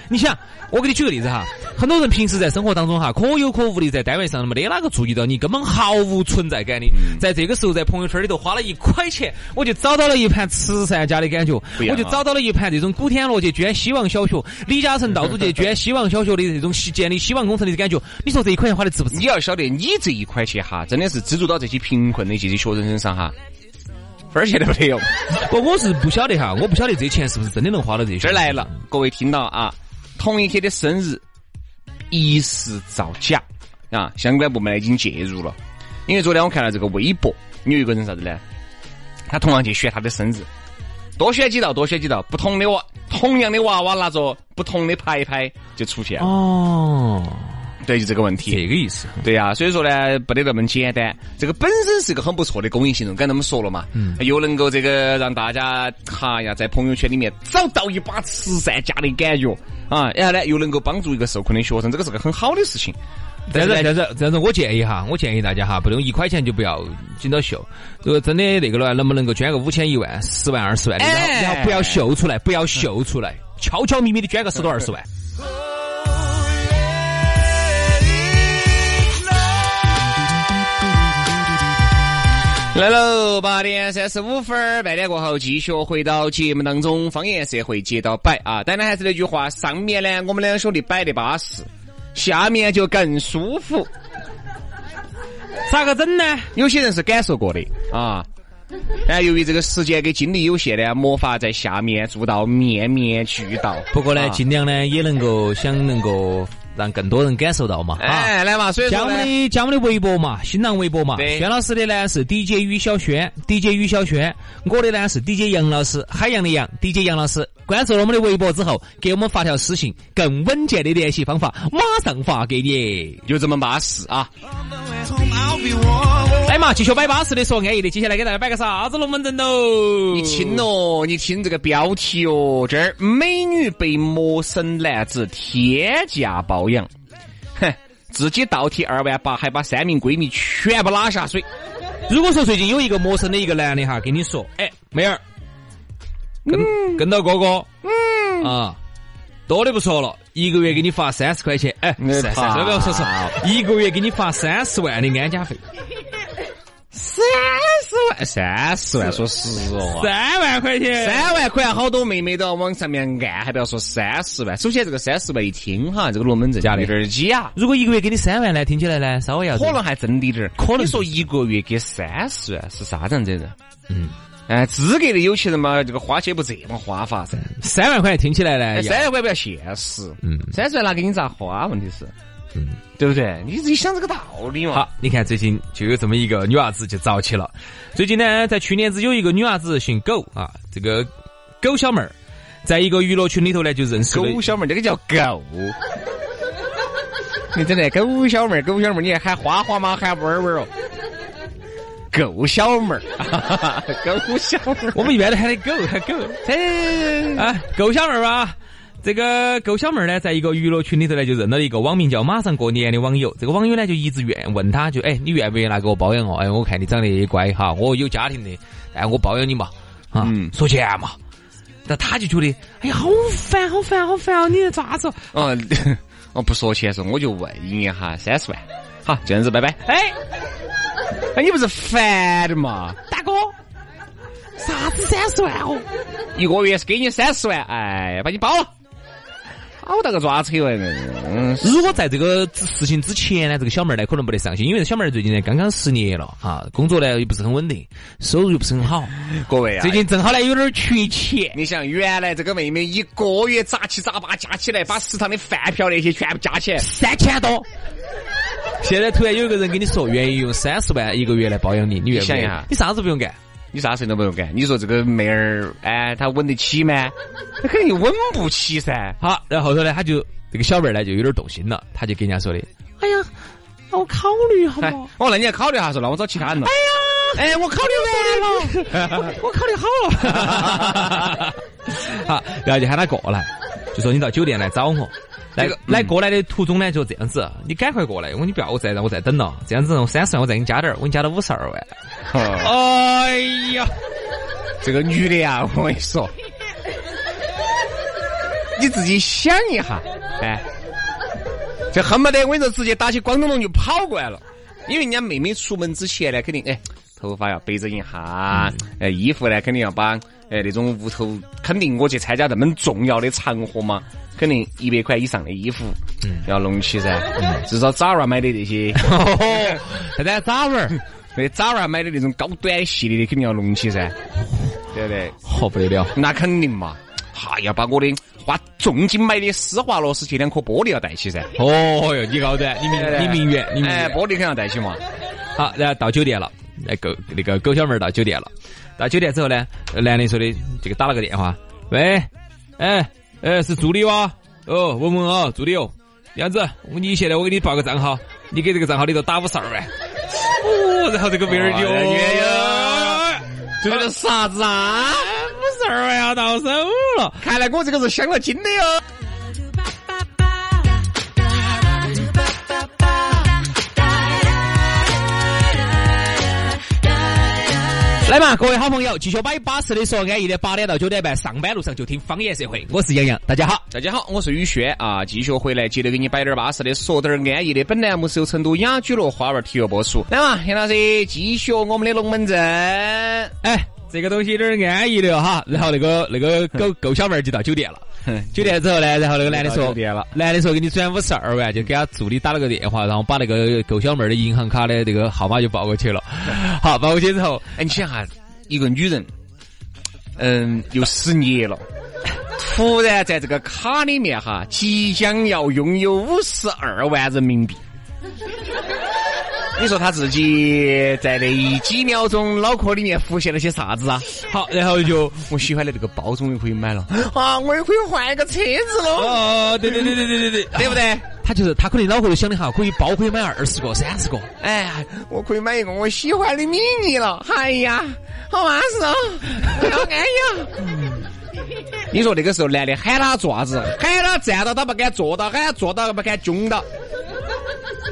Speaker 4: 你想，我给你举个例子哈，很多人平时在生活当中哈，可有可无的，在单位上没得哪个注意到你，根本毫无存在感的。
Speaker 3: 嗯
Speaker 4: 在这个时候，在朋友圈里头花了一块钱，我就找到了一盘慈善家的感觉，
Speaker 3: 不一样
Speaker 4: 我
Speaker 3: 啊
Speaker 4: 就找到了一盘这种古天乐去捐希望小学，李嘉诚到
Speaker 3: *laughs*
Speaker 4: 处去捐希望小学的这种希建立希望工程的感觉。你说这一块钱花的值不值
Speaker 3: *laughs* 你？要晓得，你这一块钱哈，真的是资助到这些贫困的这些学生身上哈，分儿钱都没得用。
Speaker 4: 不，我是不晓得哈，我不晓得这钱是不是真的能花到这些。
Speaker 3: 这儿来了， *laughs* 各位听到啊，同一天的生日，疑似造假啊，相关部门呢已经介入了。因为昨天我看到这个微博，有一个人啥子呢？他同样去选他的生日，多选几道，多选几道，不同的娃，同样的娃娃拿着不同的牌牌就出现了。
Speaker 4: 哦，
Speaker 3: 对，就这个问题。
Speaker 4: 这个意思。
Speaker 3: 对呀、所以说呢，不得那么简单。这个本身是一个很不错的公益行动，刚才我们说了嘛，嗯，又能够这个让大家哈呀，在朋友圈里面找到一把慈善家的感觉啊，然后呢，又能够帮助一个受困的学生，这个是个很好的事情。
Speaker 4: 这样子，
Speaker 3: 但
Speaker 4: 这
Speaker 3: 是呢
Speaker 4: 样子，这样子，我建议哈，我建议大家哈，不用一块钱就不要紧到秀。如果真的那个了，能不能够捐个五千、一万、十万、二十万的，然后
Speaker 3: 哎
Speaker 4: 然后不要秀出来，不要秀出来，悄悄咪咪的捐个十多二十万。
Speaker 3: 来喽，八点三十五分儿，半点过后继续回到节目当中，方言社会接到摆啊。当然还是那句话，上面呢我们两兄弟摆得巴适，下面就更舒服。
Speaker 4: 咋个整呢？
Speaker 3: 有些人是感受过的啊。但由于这个时间跟精力有限呢，没法在下面做到面面俱到。
Speaker 4: 不过呢
Speaker 3: 啊，
Speaker 4: 尽量呢也能够想能够让更多人感受到嘛。啊。
Speaker 3: 哎，来嘛，所以
Speaker 4: 加
Speaker 3: 说
Speaker 4: 我
Speaker 3: 呢
Speaker 4: 们，的加我们的微博嘛，新浪微博嘛。
Speaker 3: 对
Speaker 4: 轩老师的呢是 DJ 于小轩，DJ 于小轩，我的呢是 DJ 杨老师，海洋的杨，DJ 杨老师。关注了我们的微博之后，给我们发条私信，更稳健的联系方法，马上发给你。
Speaker 3: 就这么巴适啊。
Speaker 2: On the way home, I'll be warm.
Speaker 4: 来嘛，继续摆巴适的说安逸的，接下来给大家摆个啥子龙门阵喽？
Speaker 3: 你听哦，你听这个标题哦，这儿美女被陌生男子天价包养，哼，自己倒贴二万八，还把三名闺蜜全部拉下水。
Speaker 4: 如果说最近有一个陌生的一个男的哈，跟你说，哎，妹儿，跟、跟到哥哥，嗯啊，多的不说了，一个月给你发三十块钱，哎，
Speaker 3: 你
Speaker 4: 三
Speaker 3: 怕
Speaker 4: 三不要说错，一个月给你发三十万的安家费，
Speaker 3: 三十万，三十万，说实话。
Speaker 4: 三万块钱
Speaker 3: 三万块，好多妹妹都要往上面按，还不要说三十万。首先，这个三十万一听哈，这个龙门阵
Speaker 4: 假的
Speaker 3: 有点儿假，
Speaker 4: 如果一个月给你三万呢，听起来呢，稍微要
Speaker 3: 可能还真的点儿。
Speaker 4: 可能
Speaker 3: 你说一个月给三十万是啥子样子的人？
Speaker 4: 嗯，
Speaker 3: 哎，资格的有钱人嘛，这个花钱不这么花法噻。
Speaker 4: 三万块，听起来呢，
Speaker 3: 哎，
Speaker 4: 要
Speaker 3: 三十万比较现实，
Speaker 4: 嗯
Speaker 3: 三十万拿给你咋花？问题是，
Speaker 4: 嗯
Speaker 3: 对不对？你自己想这个道理嘛
Speaker 4: 好。，你看最近就有这么一个女娃子就早起了。最近呢，在去年子有一个女娃子姓狗啊，这个狗小妹儿，在一个娱乐群里头呢就认识了。
Speaker 3: 狗小妹儿，这个叫 *laughs* 狗。你真的狗小妹儿，狗小妹儿，你还喊花花吗？喊温温哦。狗小妹儿， *laughs* 狗小妹儿，
Speaker 4: 我们一般都喊的狗，喊狗。
Speaker 3: 哎，
Speaker 4: 啊，狗小妹儿啊，这个狗小妹儿呢，在一个娱乐群里头呢，就认到了一个网名叫“马上过年”的网友。这个网友呢，就一直愿问他，就哎，你愿不愿意来给我包养我？哎，我看你长得也乖哈，我有家庭的，哎，我包养你嘛，啊，
Speaker 3: 嗯
Speaker 4: 说钱嘛。那他就觉得，哎呀，好烦，好烦，好烦哦！你咋子？
Speaker 3: *laughs* 哦，我不说钱的时候，我就问一下，三十万，好，这样子，拜拜。
Speaker 4: 哎，
Speaker 3: 哎，你不是烦的嘛？
Speaker 4: 大哥，啥子三十万哦？
Speaker 3: 一个月是给你三十万，哎，把你包了。好大个抓扯玩意儿，嗯，
Speaker 4: 如果在这个事情之前呢，这个小妹儿呢可能不得上心，因为这小妹儿最近呢刚刚失业了啊，工作呢又不是很稳定，收入又不是很 *laughs* 好，
Speaker 3: 各位啊，
Speaker 4: 最近正好呢有点缺钱。
Speaker 3: 你想，原来这个妹妹一个月杂七杂八加起来，把食堂的饭票那些全部加起来，
Speaker 4: 三千多，现在突然有一个人跟你说愿意用三十万一个月来包养你，你愿不
Speaker 3: 你想
Speaker 4: 愿
Speaker 3: 一
Speaker 4: 意
Speaker 3: 下？
Speaker 4: 你啥子不用干？
Speaker 3: 你啥事情都不用干。你说这个妹儿，哎，她稳得起吗？她肯定稳不起噻。
Speaker 4: 好，然后后头呢，他就这个小妹儿呢就有点动 *laughs* 心了，他就跟人家说的，哎呀，让我考虑好
Speaker 3: 哎
Speaker 4: 不好？，
Speaker 3: 哦，那你要考虑一下，说那我找其他人了。哎呀，哎，我考虑完了。
Speaker 4: *laughs* 我考虑好了。 *laughs* 好，然后就喊他过来，就说你到酒店来找我。来
Speaker 3: 这个
Speaker 4: 来过来的途中呢，就这样子，你赶快过来，我说你不要我再让我再等了，这样子我三十万我再给你加点儿，我给你加到五十二 *laughs* 万。
Speaker 3: 哦
Speaker 4: 哎呀，
Speaker 3: 这个女的呀，我跟你说，你自己想一下，哎，这恨不得我跟你说，直接打起光东东就跑过来了。因为人家妹妹出门之前呢，肯定哎，头发要背整一下，哎，衣服呢肯定要把，哎，那种屋头肯定我去参加这么重要的场合嘛，肯定一百块以上的衣服要弄起噻，至少 Zara 买的那些，
Speaker 4: 现在咋玩 *laughs* 儿？
Speaker 3: 那 Zara 买的那种高端系列的肯定要弄起噻，对不对？
Speaker 4: 好不得了，
Speaker 3: 那肯定嘛，哈，要把我的花重金买的施华洛世奇两颗玻璃要带起噻。
Speaker 4: 哦哟，你高端，你
Speaker 3: 对不
Speaker 4: 名
Speaker 3: 对
Speaker 4: 你名媛，你名
Speaker 3: 哎，
Speaker 4: 媛。
Speaker 3: 玻璃肯定要带起嘛。
Speaker 4: 好，然后到酒店了，那狗那个狗小妹儿到酒店了，到酒店之后呢，呃男的说的这个打了个电话，喂，哎，哎是助理哇，哦，文文啊，助理哦，这样子，你现在我给你报个账号，你给这个账号里头打五十二万，哦，然后这个妹儿就，
Speaker 3: 哎呀
Speaker 4: 哎
Speaker 3: 这个是啥子啊？
Speaker 4: 五十二万要到手了，
Speaker 3: 看来我这个是镶了金的哟。
Speaker 4: 来嘛，各位好朋友，继续摆巴适的说安逸的，八点到九点半，上班路上就听方言社会，我是杨洋，大家好。
Speaker 3: 大家好，我是宇轩啊，继续回来，接着给你摆点儿巴适的，说点儿安逸的。本栏目是由成都雅居乐花园体育播出。来嘛，杨老师，继续我们的龙门阵。
Speaker 4: 哎，这个东西有点安逸的哈。然后那哎个那 *laughs* 个狗狗小妹儿就到酒店 *laughs* 了，酒店之后呢，然后那个男的
Speaker 3: 就
Speaker 4: 说
Speaker 3: 到酒店了，
Speaker 4: 男的说给你转五十二万，就给他助理打了个电话，然后把那个狗小妹儿的银行卡的这个号码就报过去了。 *laughs* 好，报过去之后，
Speaker 3: 哎，你想哈，一个女人，嗯，又失业了，突然在这个卡里面哈，即将要拥有五十二万人民币。你说他自己在那几秒钟脑壳里面浮现了些啥子啊？
Speaker 4: 好，然后就
Speaker 3: 我喜欢的这个包终于可以买了啊！我也可以换一个车子喽，
Speaker 4: 哦，对对对对 *laughs* 对对对，
Speaker 3: 对不对？
Speaker 4: 他就是他可能脑壳就想的哈，可以包可以买二十个、三十个，
Speaker 3: 哎呀，我可以买一个我喜欢的米妮了。哎呀，好巴适哦，我要安逸。 *laughs* 你说那个时候男的喊他做啥子？ *laughs* 喊他站到他不敢坐到，喊他坐到不敢囧到。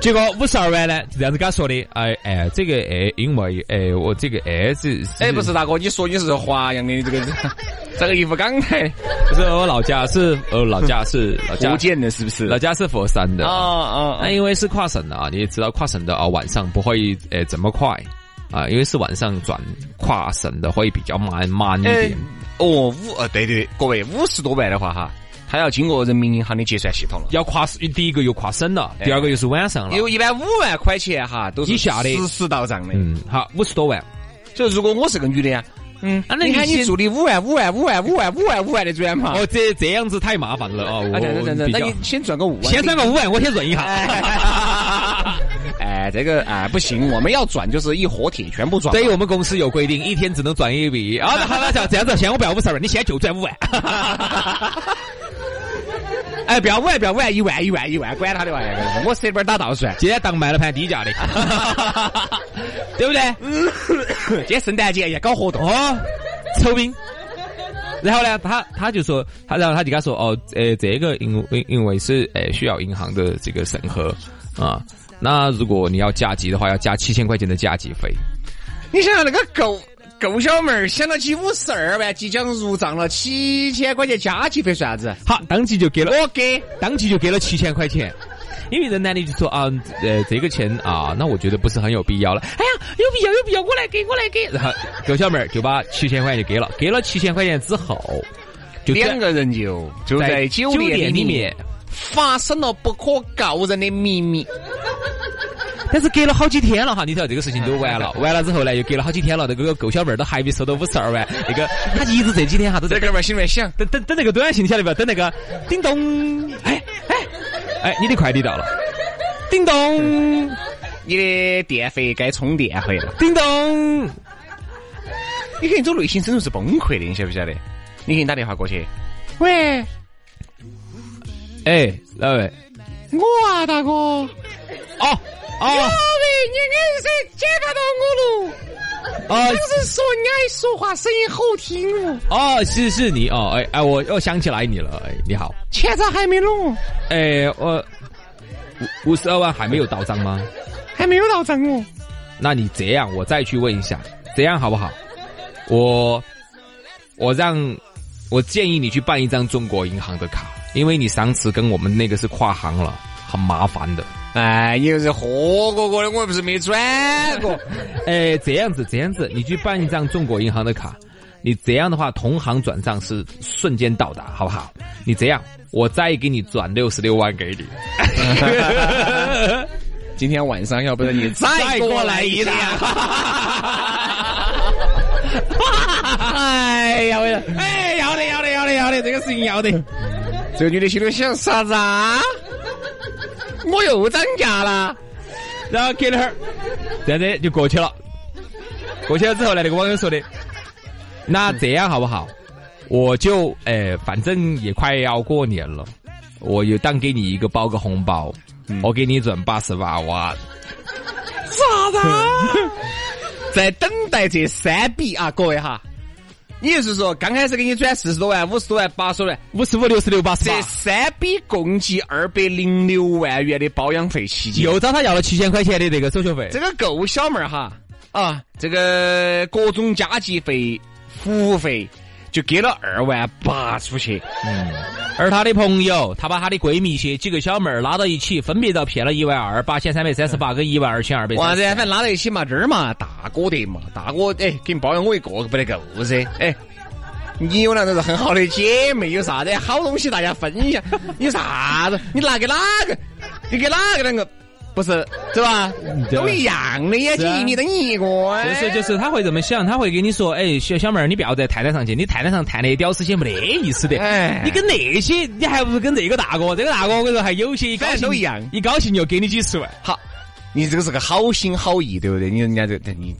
Speaker 4: 结果五十二万呢，就这样子跟他说的，哎哎，这个哎，因为哎，我这个哎是，
Speaker 3: 哎，不是大哥，你说你是华阳的这个 *laughs* 这个一副港台
Speaker 4: 不是我老家是，呃，老家
Speaker 3: *laughs*
Speaker 4: 是老家
Speaker 3: 福，建的，是不是？ *laughs*
Speaker 4: 老家是佛山的
Speaker 3: 啊
Speaker 4: 啊。
Speaker 3: 啊
Speaker 4: 那、
Speaker 3: 啊！
Speaker 4: 因为是跨省的啊，你也知道跨省的啊，晚上不会呃这么快啊，因为是晚上转跨省的会比较慢慢一
Speaker 3: 哎
Speaker 4: 点。，
Speaker 3: 哦，五呃，对对，各位五十多万的话哈，他要经过人民银行的结算系统了。
Speaker 4: 要跨第一个又跨省了，第二个又是晚上了。
Speaker 3: 哎因为一般五万块钱哈都是
Speaker 4: 以下的
Speaker 3: 实时到账的。
Speaker 4: 嗯，好，五十多万。
Speaker 3: 就如果我是个女的呀，嗯，
Speaker 4: 啊那
Speaker 3: 你
Speaker 4: 你
Speaker 3: 看你
Speaker 4: 先
Speaker 3: 住的五万五万五万五万五万五万的转嘛。
Speaker 4: 哦，这这样子太麻烦了哦。
Speaker 3: 啊，这样这样这样，
Speaker 4: 比
Speaker 3: 那
Speaker 4: 较
Speaker 3: 你先赚个五万。
Speaker 4: 先赚个五万，我先润一下。 *laughs*
Speaker 3: 哎，这个哎不行，我们要转就是一火铁全部转。
Speaker 4: 所以我们公司有规定，一天只能转一
Speaker 3: *laughs*
Speaker 4: 笔。啊，那好了，这样子，嫌我不要五十万，你先就转五万。
Speaker 3: 哎，不要五万，不要五万，一万一万一万，管他的玩意儿，我舍本打道 *laughs* 算。
Speaker 4: 今天当卖了盘低价的， *laughs* 对不对？
Speaker 3: 今天圣诞节也嗯搞活动，
Speaker 4: 哦，酬宾。然后呢，他他就说，他然后他就跟他说，哦，呃，这个因为因为是呃需要银行的这个审核啊，那如果你要加急的话，要加七千块钱的加急费。
Speaker 3: 你想想那个狗狗小妹儿想到起五十二万即将入账了，七千块钱加起费算啥子？
Speaker 4: 好，当即就给了，
Speaker 3: 我给。
Speaker 4: 当即就给了七千块钱。因为人男的就说啊，呃，这个钱啊，那我觉得不是很有必要了。哎呀，有必要，有必要，我来给，我来给。然后狗小妹儿就把七千块钱就给了，给了七千块钱之后，就在
Speaker 3: 两个人就就在酒
Speaker 4: 酒
Speaker 3: 店
Speaker 4: 店
Speaker 3: 里
Speaker 4: 里
Speaker 3: 面
Speaker 4: 面
Speaker 3: 发生了不可告人的秘密。
Speaker 4: 但是隔了好几天了哈，你知道这个事情
Speaker 3: *laughs*
Speaker 4: 都完了，完了之后呢，又隔了好几天了，那个狗小妹儿都还没收到五十二万，那个她一直这几天哈都在
Speaker 3: 哎这哥们儿心里面想，
Speaker 4: 等等等那个短信，晓得不？等那个叮咚，哎哎哎，你的快递到了，叮咚
Speaker 3: 你的电费该充电费了。
Speaker 4: 叮咚，
Speaker 3: *laughs* 你肯定走内心深处是崩溃的，你晓不晓得？你给你打电话过去，
Speaker 4: 喂，哎老魏，
Speaker 3: 我啊大哥，我
Speaker 4: 哦哦
Speaker 3: 你硬是接不到我了。
Speaker 4: 哦
Speaker 3: 是说俺说话声音好听哦。
Speaker 4: 哦，是是你哦，哎哎，我又想起来你了，哎你好，
Speaker 3: 钱咋还没弄？
Speaker 4: 哎我五五十二万还没有到账吗？
Speaker 3: 还没有到账哦。
Speaker 4: 那你这样，我再去问一下，这样好不好？我我让我建议你去办一张中国银行的卡，因为你上次跟我们那个是跨行了，很麻烦的。
Speaker 3: 哎，你又是喝过过的，我又不是没转过。
Speaker 4: 哎，这样子，这样子，你去办一张中国银行的卡，你这样的话，同行转账是瞬间到达，好不好？你这样，我再给你转六十六万给你。
Speaker 3: 今天晚上，要不然你再过来一趟。 *laughs* 哎呀，我呀，哎，要得，要得，要得，要得，这个事情要得。这个女的心里想啥子啊？我又涨价了。
Speaker 4: 然后隔了会儿，这样子就过去了。过去了之后呢，那个网友说的，那这样好不好？我就呃，反正也快要过年了，我就当给你一个包个红包，我给你转八十八万。
Speaker 3: 啥子啊？在等待这三笔啊，各位哈。也就是说，刚开始给你转四十多万、五十多万、八十多万，
Speaker 4: 五十五、六十六、八十八
Speaker 3: 这，三笔共计二百零六万元的保养费期间，
Speaker 4: 又找他要了七千块钱的这个手续费
Speaker 3: 这。个够小妹儿哈啊，这个各种加急费、服务费就给了二万八出去。
Speaker 4: 而她的朋友，她把她的闺蜜些几个小妹儿拉到一起，分别遭骗了一万二、八千三百三十八跟一万二千二百。
Speaker 3: 哇噻，反正拉到一起嘛，这儿啊嘛，大哥的嘛，大哥哎，给你包养我一个不得够噻，哎。你有那都是很好的姐妹，有啥子好东西大家分享？你啥子？你拿给哪个？你给哪个两个？不是，对吧？
Speaker 4: 对
Speaker 3: 都一样的，眼睛一眯瞪一个。哎
Speaker 4: 就是就是他会这么想，他会跟你说，哎，小小妹儿，你不要在探探上去，你探探上探那些屌丝些没得意思的，
Speaker 3: 哎
Speaker 4: 你跟那些，你还不如跟这个大哥，这个大哥我跟你说还有些一高
Speaker 3: 反
Speaker 4: 兴
Speaker 3: 正都一样
Speaker 4: 一高兴又给你几十万，
Speaker 3: 好，你这个是个好心好意，对不对？你人家这这你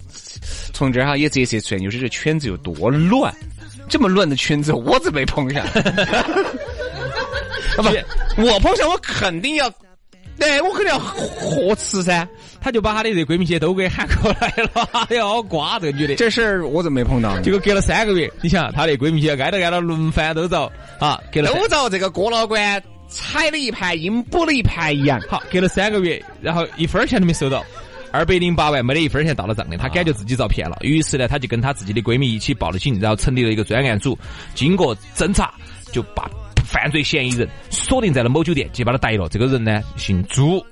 Speaker 3: 从这儿哈也折射出来，就是这圈子有多乱，这么乱的圈子我怎么没碰上？ *laughs* 啊不，我碰上我肯定要，对我肯定要呵斥噻。
Speaker 4: 他就把他的这闺蜜些都给喊过来了，哎呀，好瓜这个女的。
Speaker 3: 这事儿我怎么没碰到呢？
Speaker 4: 结果隔了三个月，你想她那闺蜜些挨着挨着轮番都遭啊，隔了三
Speaker 3: 都遭这个郭老倌踩了一盘阴，补了一盘羊。
Speaker 4: 好，隔了三个月，然后一分儿钱都没收到，二百零八万没得一分儿钱到了账的，她感觉自己遭骗了，于是呢，她就跟她自己的闺蜜一起报了警，然后成立了一个专案组，经过侦查，就把犯罪嫌疑人锁定在了某酒店，就把他逮了。这个人呢，姓朱。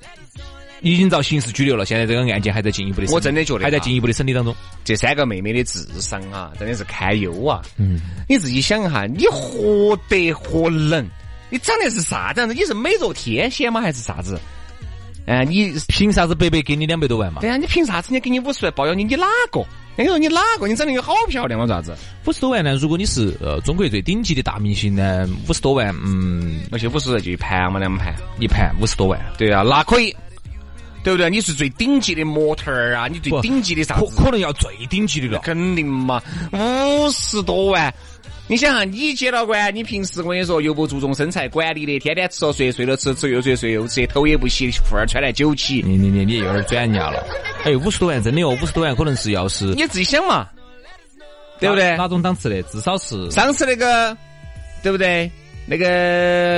Speaker 4: 已经遭刑事拘留了，现在这个案件还在进一步的，
Speaker 3: 我真的觉得啊
Speaker 4: 还在
Speaker 3: 哈
Speaker 4: 进一步的审理当中。
Speaker 3: 这三个妹妹的智商啊，真的是堪忧啊！嗯，你自己想一下，你何德何能？你长得是啥子样子？你是美若天仙吗？还是啥子？哎、你哎
Speaker 4: 凭啥子白白给你两百多万嘛
Speaker 3: 对？呀、你凭啥子？人家给你五十万包养你，你哪个？人家说你哪个？你长得又好漂亮，我咋子？
Speaker 4: 五十多万呢？如果你是呃中国最顶级的大明星呢，五十多万，嗯，
Speaker 3: 而且五十万就一盘嘛，两盘。
Speaker 4: 一盘五十多万，
Speaker 3: 对啊，那可以，对不对？你是最顶级的模特儿啊，你最
Speaker 4: 不
Speaker 3: 顶级的啥
Speaker 4: 可
Speaker 3: 子？
Speaker 4: 可能要最顶级的了。
Speaker 3: 肯定嘛，五十多万。你想啊，你接到官，你平时我跟你说又不注重身材管理的，天天吃了睡，睡了吃，吃又睡，睡又吃，头也不洗，裤儿穿来九起。
Speaker 4: 你你你你有点转人家了。哎，五十多万真的哦，五十多万可能是要是
Speaker 3: 你自己想嘛，对不对
Speaker 4: 哪？种档次的？至少是
Speaker 3: 上次那个，对不对？那个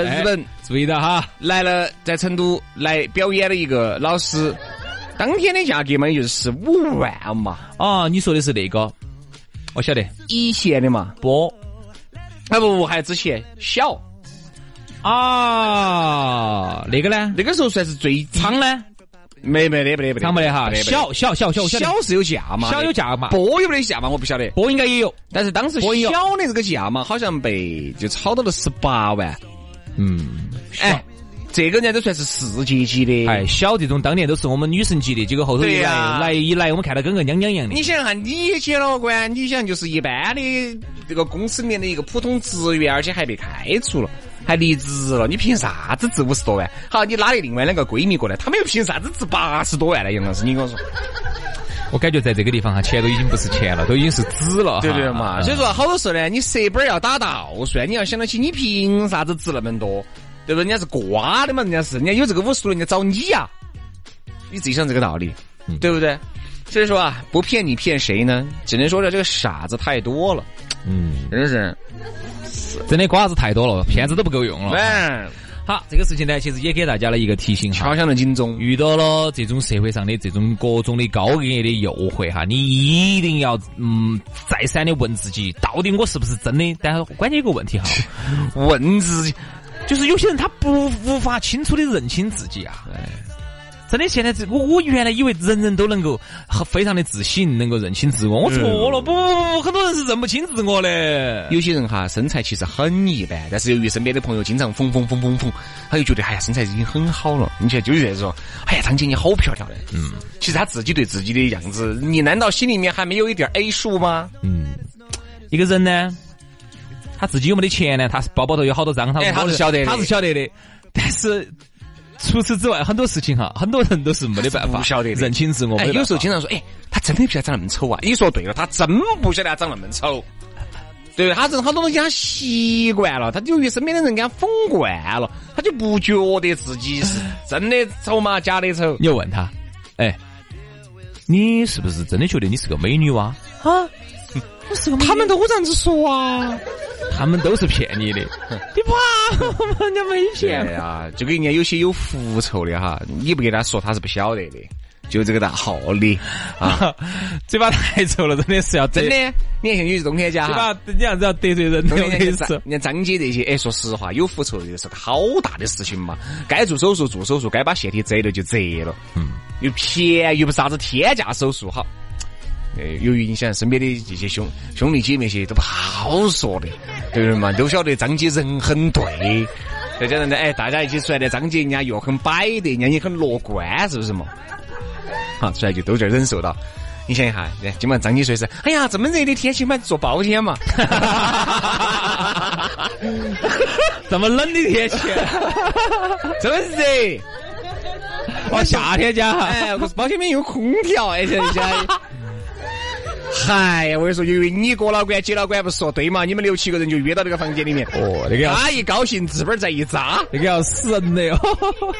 Speaker 4: 哎
Speaker 3: 日本
Speaker 4: 注意到哈，
Speaker 3: 来了，在成都来表演了一个老师，当天的价格嘛，也就是十五万嘛，
Speaker 4: 啊，你说的是那个，我晓得，
Speaker 3: 以前的嘛，
Speaker 4: 波
Speaker 3: 啊不不，还之前小
Speaker 4: 啊，那个呢？
Speaker 3: 那个时候算是最低
Speaker 4: 仓呢？
Speaker 3: 没没得没得没得，
Speaker 4: 仓没得哈，
Speaker 3: 没得
Speaker 4: 小小小小
Speaker 3: 小是有价嘛，
Speaker 4: 小有价嘛，
Speaker 3: 波有没得价嘛？我不晓得。
Speaker 4: 波应该也有，
Speaker 3: 但是当时
Speaker 4: 波有
Speaker 3: 小的这个价嘛，好像被就炒到了十八万。
Speaker 4: 嗯，
Speaker 3: 哎，这个人家都算是世界级的。
Speaker 4: 哎，，小这种当年都是我们女神级的，结果后头一
Speaker 3: 嗯对
Speaker 4: 来、
Speaker 3: 呀
Speaker 4: 来一来，我们看到跟个娘娘一样的
Speaker 3: 你。想哈，你姐老官，你想就是一般的这个公司里面的一个普通职员，而且还被开除了。还离职了，你凭啥子值五十多万？好，你拉了另外两个闺蜜过来，她们又凭啥子值八十多万呢？杨老师，你跟我说，
Speaker 4: 我感觉在这个地方哈，钱都已经不是钱了，都已经是纸了哈。
Speaker 3: 对不对嘛？
Speaker 4: 嗯
Speaker 3: 所以说好多时候呢，你舌本儿要打倒算，你要想得起，你凭啥子值那么多？对不对？人家是瓜的嘛，人家是人家有这个五十多，人家找你呀、你自己想这个道理，对不对？所以说啊，不骗你骗谁呢？只能说这这个傻子太多了，
Speaker 4: 嗯。
Speaker 3: 真的是。
Speaker 4: 真的瓜子太多了，骗子都不够用了。
Speaker 3: 哎，
Speaker 4: 好，这个事情呢，其实也给大家了一个提醒哈
Speaker 3: 敲。响了警钟。
Speaker 4: 遇到了这种社会上的这种各种的高额的诱惑哈，你一定要嗯再三的问自己，到底我是不是真的？但是关键有个问题哈，
Speaker 3: 问自己，
Speaker 4: 就是有些人他不无法清楚的认清自己啊。真的，现在这我我原来以为人人都能够非常的自信，能够认清自我，我错了，不不不，很多人是认不清自我的。
Speaker 3: 有些人哈身材其实很一般，但是由于身边的朋友经常疯疯疯疯疯，他就觉得哎呀身材已经很好了。你现在就是在说，哎呀张姐你好漂亮，嗯，其实他自己对自己的样子，你难道心里面还没有一点 A 数吗？
Speaker 4: 嗯，一个人呢，他自己有没得钱呢？他是包包头有好多张，他
Speaker 3: 哎他是晓得的
Speaker 4: 他是晓得的。但是除此之外，很多事情哈，很多人都是没得办法，
Speaker 3: 不晓得的
Speaker 4: 认清自我。
Speaker 3: 哎，
Speaker 4: 没得办法
Speaker 3: 有时候经常说，哎，他真的不晓得长那么丑啊！你说对了，他真不晓得他长那么丑。对，他人好多东西他习惯了，他由于身边的人给他疯惯了，他就不觉得自己是真的丑嘛，假的丑。
Speaker 4: 你就问他，哎，你是不是真的觉得你是个美女哇、啊？
Speaker 3: 他们都这样子说啊。
Speaker 4: 他们都是骗你
Speaker 3: *laughs*
Speaker 4: 的，你怕我们人家没
Speaker 3: 对
Speaker 4: 骗。
Speaker 3: 呀、就跟人家有些有狐臭的哈，你不给他说，他是不晓得的。就这个道理啊，
Speaker 4: 嘴巴太臭了，真的是要
Speaker 3: 真
Speaker 4: 真
Speaker 3: 的。啊你看像有些冬天家
Speaker 4: 嘴
Speaker 3: 哈，
Speaker 4: 巴你样子要得罪人的，
Speaker 3: 冬
Speaker 4: 我
Speaker 3: 天
Speaker 4: 跟你
Speaker 3: 家
Speaker 4: 说
Speaker 3: 张。人家张姐这些，哎，说实话，有狐臭这个是个好大的事情嘛。该做手术做手术，该把腺体摘了就摘了。嗯，又便宜又不是啥子天价手术哈。呃，由于你想身边的这些兄兄弟姐妹些都不好说的，对不对嘛？都晓得张姐人很对，对再加上呢，哎，大家一起出来的张姐，人家又很摆的，人家也很乐观，是不是嘛？好，出来就都在忍受到。你想一下，对今晚张姐说是，哎呀，这么热的天气嘛，做包间嘛。
Speaker 4: 这么冷的天气， *laughs*
Speaker 3: 这么热，
Speaker 4: 哦，夏天家哈，
Speaker 3: 哎，我是包间里面有空调，哎，这家。 *laughs* 嗨呀，我跟你说，由于你哥老倌、姐老倌不说对嘛，你们六七个人就约到这个房间里面，
Speaker 4: 哦，那个要
Speaker 3: 他一高兴，自本儿再一扎，
Speaker 4: 那个要死人的哟，哦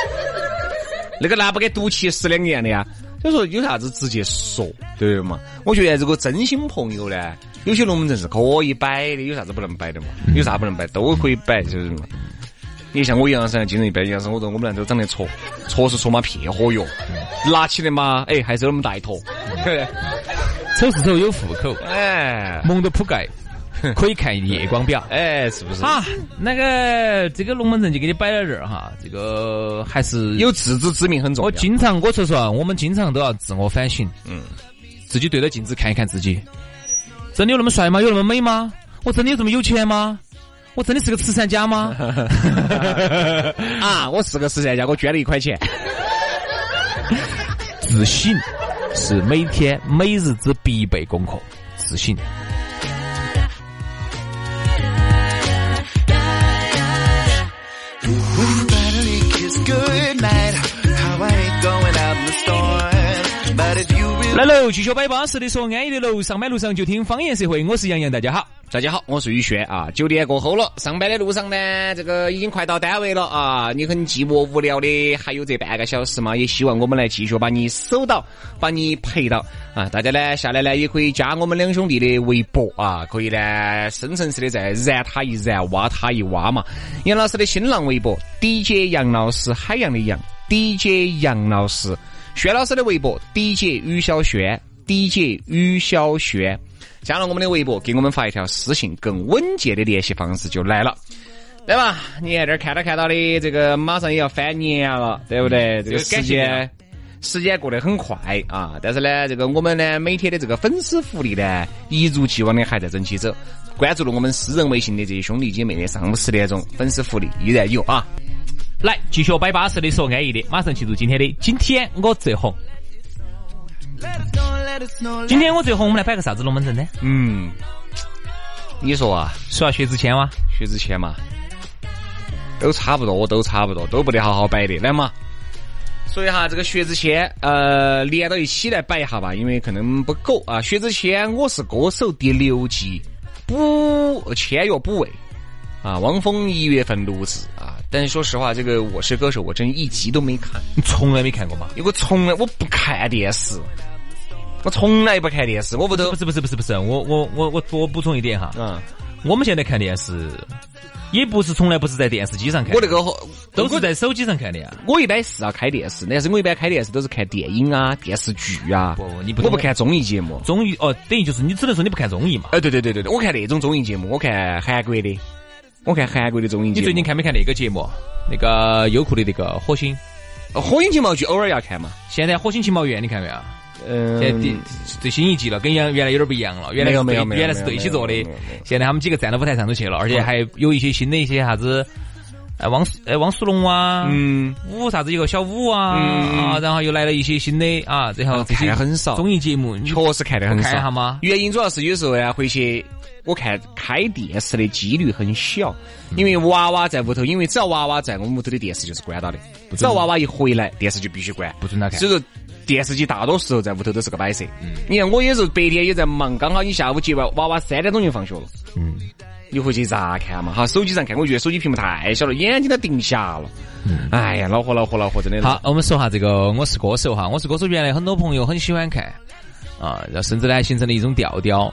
Speaker 3: *laughs* 那个拿不给赌气死两个样的呀。所以说有啥子直接说，对不对嘛？我觉得如果真心朋友呢，有些龙门阵是可以摆的，有啥子不能摆的嘛？有啥不能摆都可以摆，是不是嘛？你像我一样噻，精神一般一样噻。我说我们俩都长得矬，矬是矬嘛，撇火药，拿起的嘛，哎，还是那么大一坨，对不对
Speaker 4: 丑是丑，有户口，
Speaker 3: *laughs* 哎
Speaker 4: 蒙着铺盖，可以看夜光表。
Speaker 3: 哎，是不是？
Speaker 4: 好，那个这个龙门阵就给你摆到这儿哈，这个还是
Speaker 3: 有自知之明很重
Speaker 4: 我
Speaker 3: 要。
Speaker 4: 经常我说实话，我们经常都要自我反省，
Speaker 3: 嗯
Speaker 4: 嗯，自己对着镜子看一看自己，真的有那么帅吗？有那么美吗？我真的有这么有钱吗？我真的是个慈善家 *laughs* 吗？
Speaker 3: *laughs* 啊，我是个慈善家，我捐了一块钱。
Speaker 4: 自省是每天每日之必备功课，自省。
Speaker 2: When you finally kiss goodnight, how I hate going out in the storm. But if you really
Speaker 4: 来喽，继续摆巴适的说，安逸的楼，上班路上就听方言社会，我是杨洋，大家好。
Speaker 3: 大家好，我是宇轩啊。九点过后了，上班的路上呢，这个已经快到单位了啊。你很寂寞无聊的，还有这半个小时嘛，也希望我们来继续把你守到，把你陪到啊。大家呢下来呢也可以加我们两兄弟的微博啊，可以呢深层次的再燃他一燃，挖他一挖嘛。杨老师的新浪微博 DJ 杨老师，海洋的洋 DJ 杨老师，轩老师的微博 DJ 于小轩 DJ 于小轩。加了我们的微博，给我们发一条私信，更稳健的联系方式就来了。对吧？你看这儿看到看到的，这个马上也要翻年了，对不对？嗯这个时间时间过得很快啊！但是呢，这个我们呢每天的这个粉丝福利呢，一如既往的还在整起走。关注了我们私人微信的这些兄弟姐妹的，上午十点钟粉丝福利依然有啊！
Speaker 4: 来，继续摆巴适的说，安逸的，马上进入今天的。今天我最红，
Speaker 2: let us know, let us know,
Speaker 4: 今天我最红，我们来摆个啥子龙门阵呢？
Speaker 3: 嗯，你说啊，
Speaker 4: 说下薛之谦哇，
Speaker 3: 薛之谦嘛，都差不多，都差不多，都不得好好摆的，来嘛。所以哈，这个薛之谦，呃，连到一起来摆一下吧，因为可能不够啊。薛之谦《我是歌手》第六季补签约补位啊，汪峰一月份录制啊。但是说实话，这个《我是歌手》我真一集都没看，
Speaker 4: 你从来没看过吗？
Speaker 3: 因为我从来我不看电视，我从来不看电视，我屋头
Speaker 4: 不是不是不是不是，我我我我我补充一点哈，
Speaker 3: 嗯，
Speaker 4: 我们现在看电视，也不是从来不是在电视机上看，
Speaker 3: 我那个
Speaker 4: 都是
Speaker 3: 我
Speaker 4: 在手机上看的呀。
Speaker 3: 我一般是要开电视，但是我一般开电视都是看电影啊、电视剧啊。
Speaker 4: 不不你不
Speaker 3: 我
Speaker 4: 懂
Speaker 3: 不看综艺节目。
Speaker 4: 综艺哦，等于就是你只能说你不看综艺嘛。
Speaker 3: 哎，对对对对对，我看那种综艺节目，我看韩国的，我看韩国的综艺节
Speaker 4: 你
Speaker 3: 目。
Speaker 4: 最近看没看那个节目？那个优酷的那个火星，
Speaker 3: 《呃火影情报剧》偶尔要看嘛？
Speaker 4: 现在《火星情报员》你看没有？
Speaker 3: 嗯
Speaker 4: 现在第最新一季了，跟原原来有点不一样了。原来
Speaker 3: 没有
Speaker 4: 是
Speaker 3: 没
Speaker 4: 对
Speaker 3: 有没有
Speaker 4: 原来是对起做的
Speaker 3: 没有没有没有没嗯有，
Speaker 4: 现在他们几个站到舞台上头去了，而且还有一些新的一些啥子，呃，汪苏呃汪苏泷啊，
Speaker 3: 嗯，
Speaker 4: 五啥子有个小五啊，啊，然后又来了一些新的啊，然后这
Speaker 3: 看
Speaker 4: 些
Speaker 3: 得很少
Speaker 4: 综艺节目，你
Speaker 3: 确实看得很
Speaker 4: 看一下
Speaker 3: 少。
Speaker 4: 嘛。
Speaker 3: 原因主要是有时候呀，回去我看开电视的几率很小，
Speaker 4: 嗯
Speaker 3: 因为娃娃在屋头，因为只要娃娃在，我们屋头的电视就是关到的。只要娃娃一回来，电视就必须关，
Speaker 4: 不准他看嗯
Speaker 3: 所以说，电视机大多时候在屋头都是个摆设。你看我有时候白天也在忙，刚好你下午接完娃娃三点钟就放学了，
Speaker 4: 嗯，
Speaker 3: 你回去咋看嘛？哈，手机上看，我觉得手机屏幕太小了，眼睛都盯瞎了。哎呀，恼火恼火恼火，真的。
Speaker 4: 嗯好，，我们说下这个《我是歌手》哈，《我是歌手》原来很多朋友很喜欢看啊，然后甚至呢形成了一种调调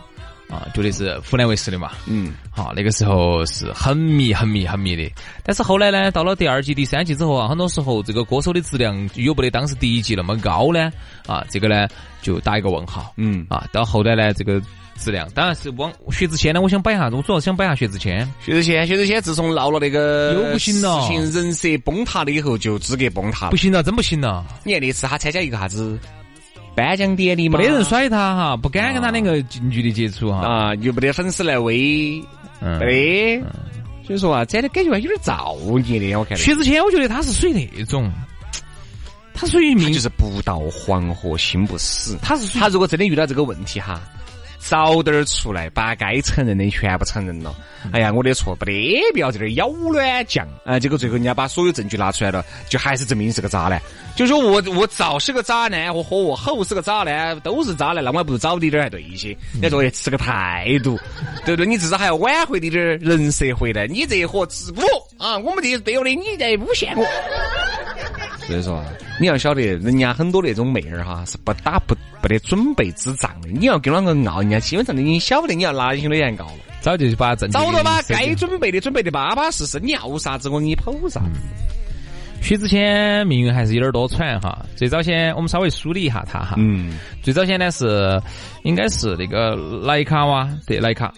Speaker 4: 啊，觉得是湖南卫视的嘛。
Speaker 3: 嗯，
Speaker 4: 好，啊那个时候是很迷、很迷、很迷的。但是后来呢，到了第二季、第三季之后啊，很多时候这个歌手的质量有不得当时第一季那么高呢？啊，这个呢就打一个问号。
Speaker 3: 嗯
Speaker 4: 啊，到后来呢，这个质量当然是往薛之谦呢，我想摆一下，我主要是想摆一下薛之谦。
Speaker 3: 薛之谦，薛之谦自从闹了那个
Speaker 4: 又不行了
Speaker 3: 事情人设崩塌了以后，就资格崩塌了
Speaker 4: 不。行了，真不行了，
Speaker 3: 你看那次他参加一个啥子颁奖典礼嘛，
Speaker 4: 没得人甩他哈，不敢跟他两个近距离接触哈。
Speaker 3: 啊啊，又没得粉丝来围，
Speaker 4: 嗯，
Speaker 3: 没得。所以说啊，这的感觉有点造孽的，我看
Speaker 4: 薛之谦，我觉得他是属于那种，他属于
Speaker 3: 他
Speaker 4: 明，
Speaker 3: 就是不到黄河心不死。
Speaker 4: 他是属于
Speaker 3: 他如果真的遇到这个问题哈，早点儿出来，把该承认的全部承认了。
Speaker 4: 嗯
Speaker 3: 哎呀，我的错，不得不要这点儿妖乱讲。啊，结果最后人家把所有证据拿出来了，就还是证明是个渣男。就说我我早是个渣男，我和我后是个渣男，都是渣男，那我还不如早一点儿还对一些。
Speaker 4: 嗯
Speaker 3: 你作为是个态度， *laughs* 对不对？你至少还要挽回你点儿人设回来。你这一伙子我啊，我们这些队友的，你在诬陷我。所以说啊，你要晓得，人家很多那种妹儿哈是不打不不得准备之仗的。你要跟啷个拗，人家基本上都已经晓不得你要拿起来拗了。
Speaker 4: 早就把证据
Speaker 3: 早点把
Speaker 4: 收集
Speaker 3: 该准备的准备的巴巴适适，你要啥子我给你剖啥子。
Speaker 4: 薛之谦命运还是有点多舛哈。最早先我们稍微梳理一下他哈，
Speaker 3: 嗯，
Speaker 4: 最早先呢是应该是那个莱卡哇，对莱卡。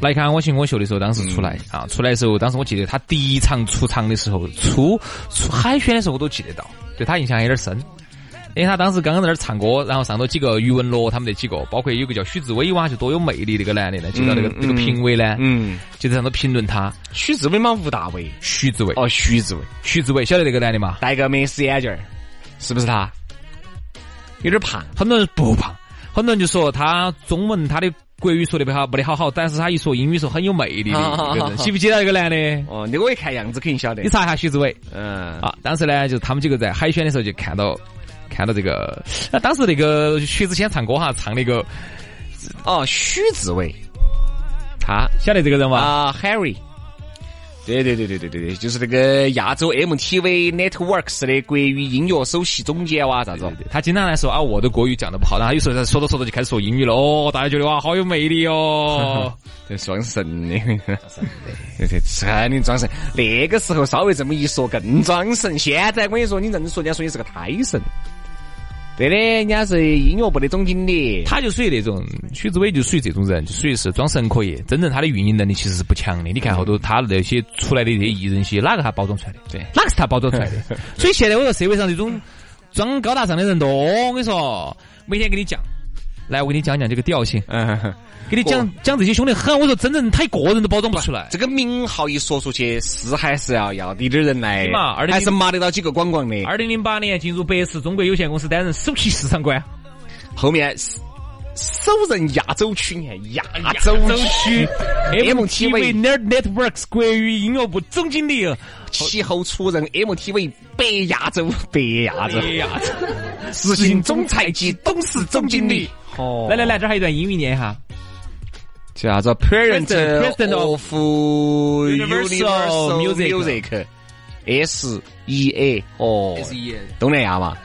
Speaker 4: 莱卡我行我秀的时候，当时出来、
Speaker 3: 嗯
Speaker 4: 啊，出来的时候，当时我记得他第一场出场的时候，出出海选的时候我都记得到，对他印象还有点深，因哎为他当时刚刚在那儿唱歌，然后上头几个余文乐他们那几个，包括有个叫许志伟哇，就多有魅力那个男的呢，就到那个
Speaker 3: 嗯
Speaker 4: 那个评委呢，
Speaker 3: 嗯，
Speaker 4: 就在上头评论他，
Speaker 3: 许志伟嘛，吴大维，
Speaker 4: 徐志伟，
Speaker 3: 哦，徐志伟，
Speaker 4: 徐志伟晓得那个男的嘛？
Speaker 3: 戴个没死眼镜儿，是不是他？有点胖，
Speaker 4: 很多人不胖，很多人就说他中文他的国语说的不好，不得好好，但是他一说英语时候很有魅力的一个人。记不记得那个男的？
Speaker 3: 哦，那我一看样子肯定晓得
Speaker 4: 你。查一下徐志伟
Speaker 3: 嗯，
Speaker 4: 啊。当时呢，就是他们几个在海选的时候就看到，看到这个，那当时那个薛之谦唱歌哈，唱那个
Speaker 3: 哦，许志伟，他。
Speaker 4: 晓得这个人吗？
Speaker 3: 啊，Harry。对对对对对对对，就是那个亚洲 MTV Networks 的国语音乐首席总监哇，啥子？
Speaker 4: 他经常来说啊，我的国语讲的不好，然后有时候说着说着就开始说英语了，哦，大家觉得哇，好有魅力哦。
Speaker 3: 这双神的，对对，真的装神。那个时候稍微这么一说更装神，现在我跟你说，你认说人家说你是个胎神。对的，人家是音乐部的总经理。
Speaker 4: 他就属于那种许志伟，就属于这种人，就属于是装神可以，真正他的运营能力其实是不强的。你看后头他那些出来的这些艺人些，哪个他包装出来的？
Speaker 3: 对
Speaker 4: 哪个是他包装出来的？
Speaker 3: *laughs*
Speaker 4: 所以现在我说社会上这种装高大上的人多，我跟你说，每天跟你讲，来我给你讲讲这个调性，
Speaker 3: *laughs* 嗯，
Speaker 4: 给你讲讲这些兄弟很，我说真正他一个人都包装不出来。
Speaker 3: 这个名号一说出去，是还是要要滴点儿人来
Speaker 4: 是嘛而，且
Speaker 3: 还是麻得到几个广广的。
Speaker 4: 二零零八年进入百事中国有限公司担任首席市场
Speaker 3: *laughs*
Speaker 4: 官，
Speaker 3: 后面首首任亚洲区，你看亚洲 *laughs* 区 MTV
Speaker 4: Nerd Networks 国语音乐部总经理。哎
Speaker 3: 气候出任 MTV 北亚洲北亚洲
Speaker 4: 哎呀！
Speaker 3: 执行总裁及董事总经理。哦
Speaker 4: 来来，来，这儿还有一段英语念一下。
Speaker 3: 叫啥子？Parent
Speaker 4: President- President
Speaker 3: of Universal
Speaker 4: Universal Music
Speaker 3: Music S E A 哦，东南亚嘛。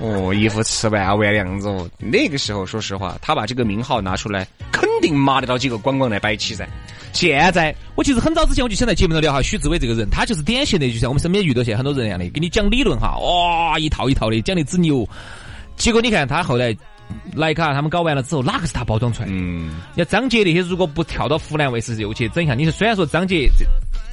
Speaker 3: 哦，一副吃完完的样子哦。那个时候，说实话，他把这个名号拿出来，肯定麻得到几个光光来摆起噻。现在
Speaker 4: 我其实很早之前我就想在节目上聊哈，许志伟这个人，他就是典型的，就像我们身边遇到现在很多人一样的，给你讲理论哈，哇、一套一套的讲的之牛。结果你看他后来莱卡他们搞完了之后，哪个是他包装出来的？
Speaker 3: 嗯，
Speaker 4: 要张杰那些，如果不跳到湖南卫视又去整一下，你说虽然说张杰这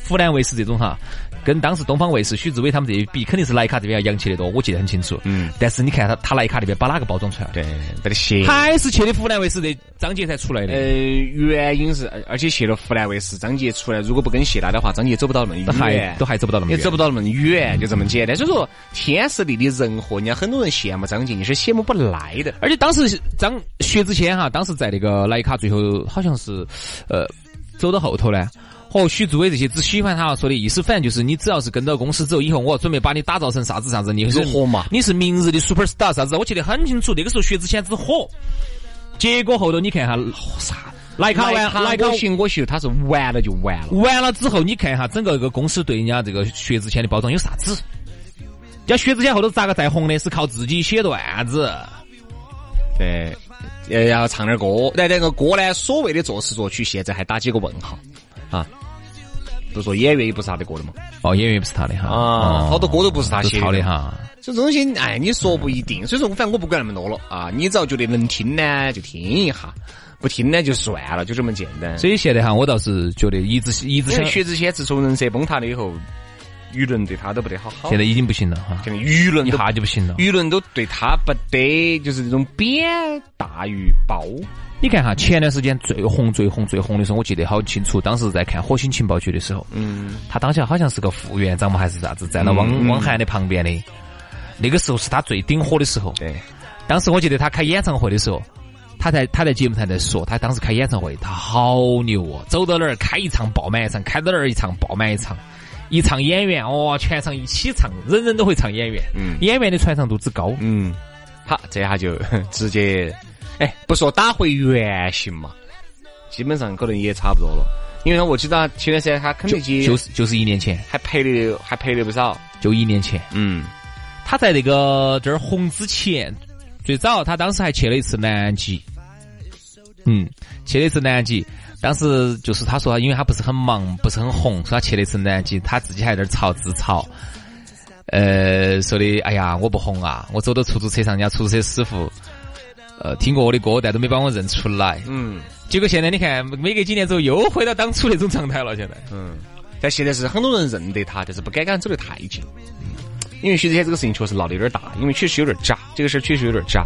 Speaker 4: 湖南卫视这种哈，跟当时东方卫视许志伟他们这一比，肯定是莱卡这边要洋气得多，我记得很清楚。
Speaker 3: 嗯，
Speaker 4: 但是你看他他莱卡那边把哪个包装出来？
Speaker 3: 对，没得行。
Speaker 4: 还是去的湖南卫视的张杰才出来的。
Speaker 3: 呃，原因是，而而且去了湖南卫视，张杰出来，如果不跟谢娜的话，张杰走不到那么
Speaker 4: 都还
Speaker 3: 远，
Speaker 4: 都还走不到那么
Speaker 3: 也
Speaker 4: 远，
Speaker 3: 走不到那么远，就这么简单。所以说，天时地利人和，人家很多人羡慕张杰，你是羡慕不来的。
Speaker 4: 而且当时张薛之谦哈，当时在那个莱卡最后好像是呃走到后头呢。哦和许志伟这些只喜欢他说的意思，反正就是你只要是跟到公司走以后，我准备把你打造成啥子啥子，你是
Speaker 3: 如何嘛
Speaker 4: 你是明日的 super star 啥子？我记得很清楚，那个时候薛之谦之火，结果后头你看哈，啥莱卡
Speaker 3: 来
Speaker 4: 完莱卡
Speaker 3: 我行我秀，他是完了就完了。
Speaker 4: 完了之后，你看一下整个一个公司对人家这个薛之谦的包装有啥子？人家薛之谦后头咋个再红的，是靠自己写段子。
Speaker 3: 对，要哎要唱点歌，那那个歌呢，所谓的作词作曲，现在还打几个问号啊？都说演员也不是他的歌的嘛，
Speaker 4: 哦，演员不是他的哈，
Speaker 3: 啊
Speaker 4: 哦
Speaker 3: 好多歌都不是他
Speaker 4: 都
Speaker 3: 写的
Speaker 4: 抄的哈。
Speaker 3: 所以这种东西，哎，你说不一定。所以说，反正我不管那么多了啊，你只要觉得能听呢，就听一下；不听呢，就算了，就这么简单。
Speaker 4: 所以现在哈，我倒是觉得一直一直
Speaker 3: 因
Speaker 4: 想
Speaker 3: 为，薛之谦自从人设崩塌了以后，舆论对他都不得好好。
Speaker 4: 现在已经不行了哈，
Speaker 3: 现在舆论
Speaker 4: 一
Speaker 3: 都
Speaker 4: 下就不行了。
Speaker 3: 舆论都对他不得，就是这种贬大于褒。
Speaker 4: 你看哈，前段时间最红、最红、最红的时候，我记得好清楚，当时在看火星情报局的时候，嗯，他当下好像是个副院长嘛，还是啥子，站到汪汪涵的旁边的，那个时候是他最顶火的时候。
Speaker 3: 对，
Speaker 4: 当时我记得他开演唱会的时候，他在他在节目上在说，他当时开演唱会，他好牛哦，走到哪儿开一场爆满一场，开到哪儿一场爆满一场，一场演员哦，全场一起唱，人人都会唱演员，
Speaker 3: 嗯
Speaker 4: 演员的传唱度之高，
Speaker 3: 嗯，好，这下就 *laughs* 直接，哎，不说打回原形嘛，基本上可能也差不多了。因为我知道前段时间他肯德基
Speaker 4: 就是就是一年前，
Speaker 3: 还赔了还赔了不少，
Speaker 4: 就一年前，
Speaker 3: 嗯，
Speaker 4: 他在那个这儿红之前，最早他当时还去了一次南极，嗯，去了一次南极。当时就是他说，因为他不是很忙，不是很红，所以他去了一次南极，他自己还在那儿吵自嘲，呃，说的哎呀，我不红啊，我走到出租车上，人家出租车师傅，呃，听过我的歌，但都没把我认出来。
Speaker 3: 嗯
Speaker 4: 结果现在你看，每隔几年之后又回到当初那种状态了。现在，
Speaker 3: 嗯，但现在是很多人认得他，但是不敢跟他走得太近，因为徐子谦这个事情确实闹得有点大，因为确实有点假，这个事儿确实有点假，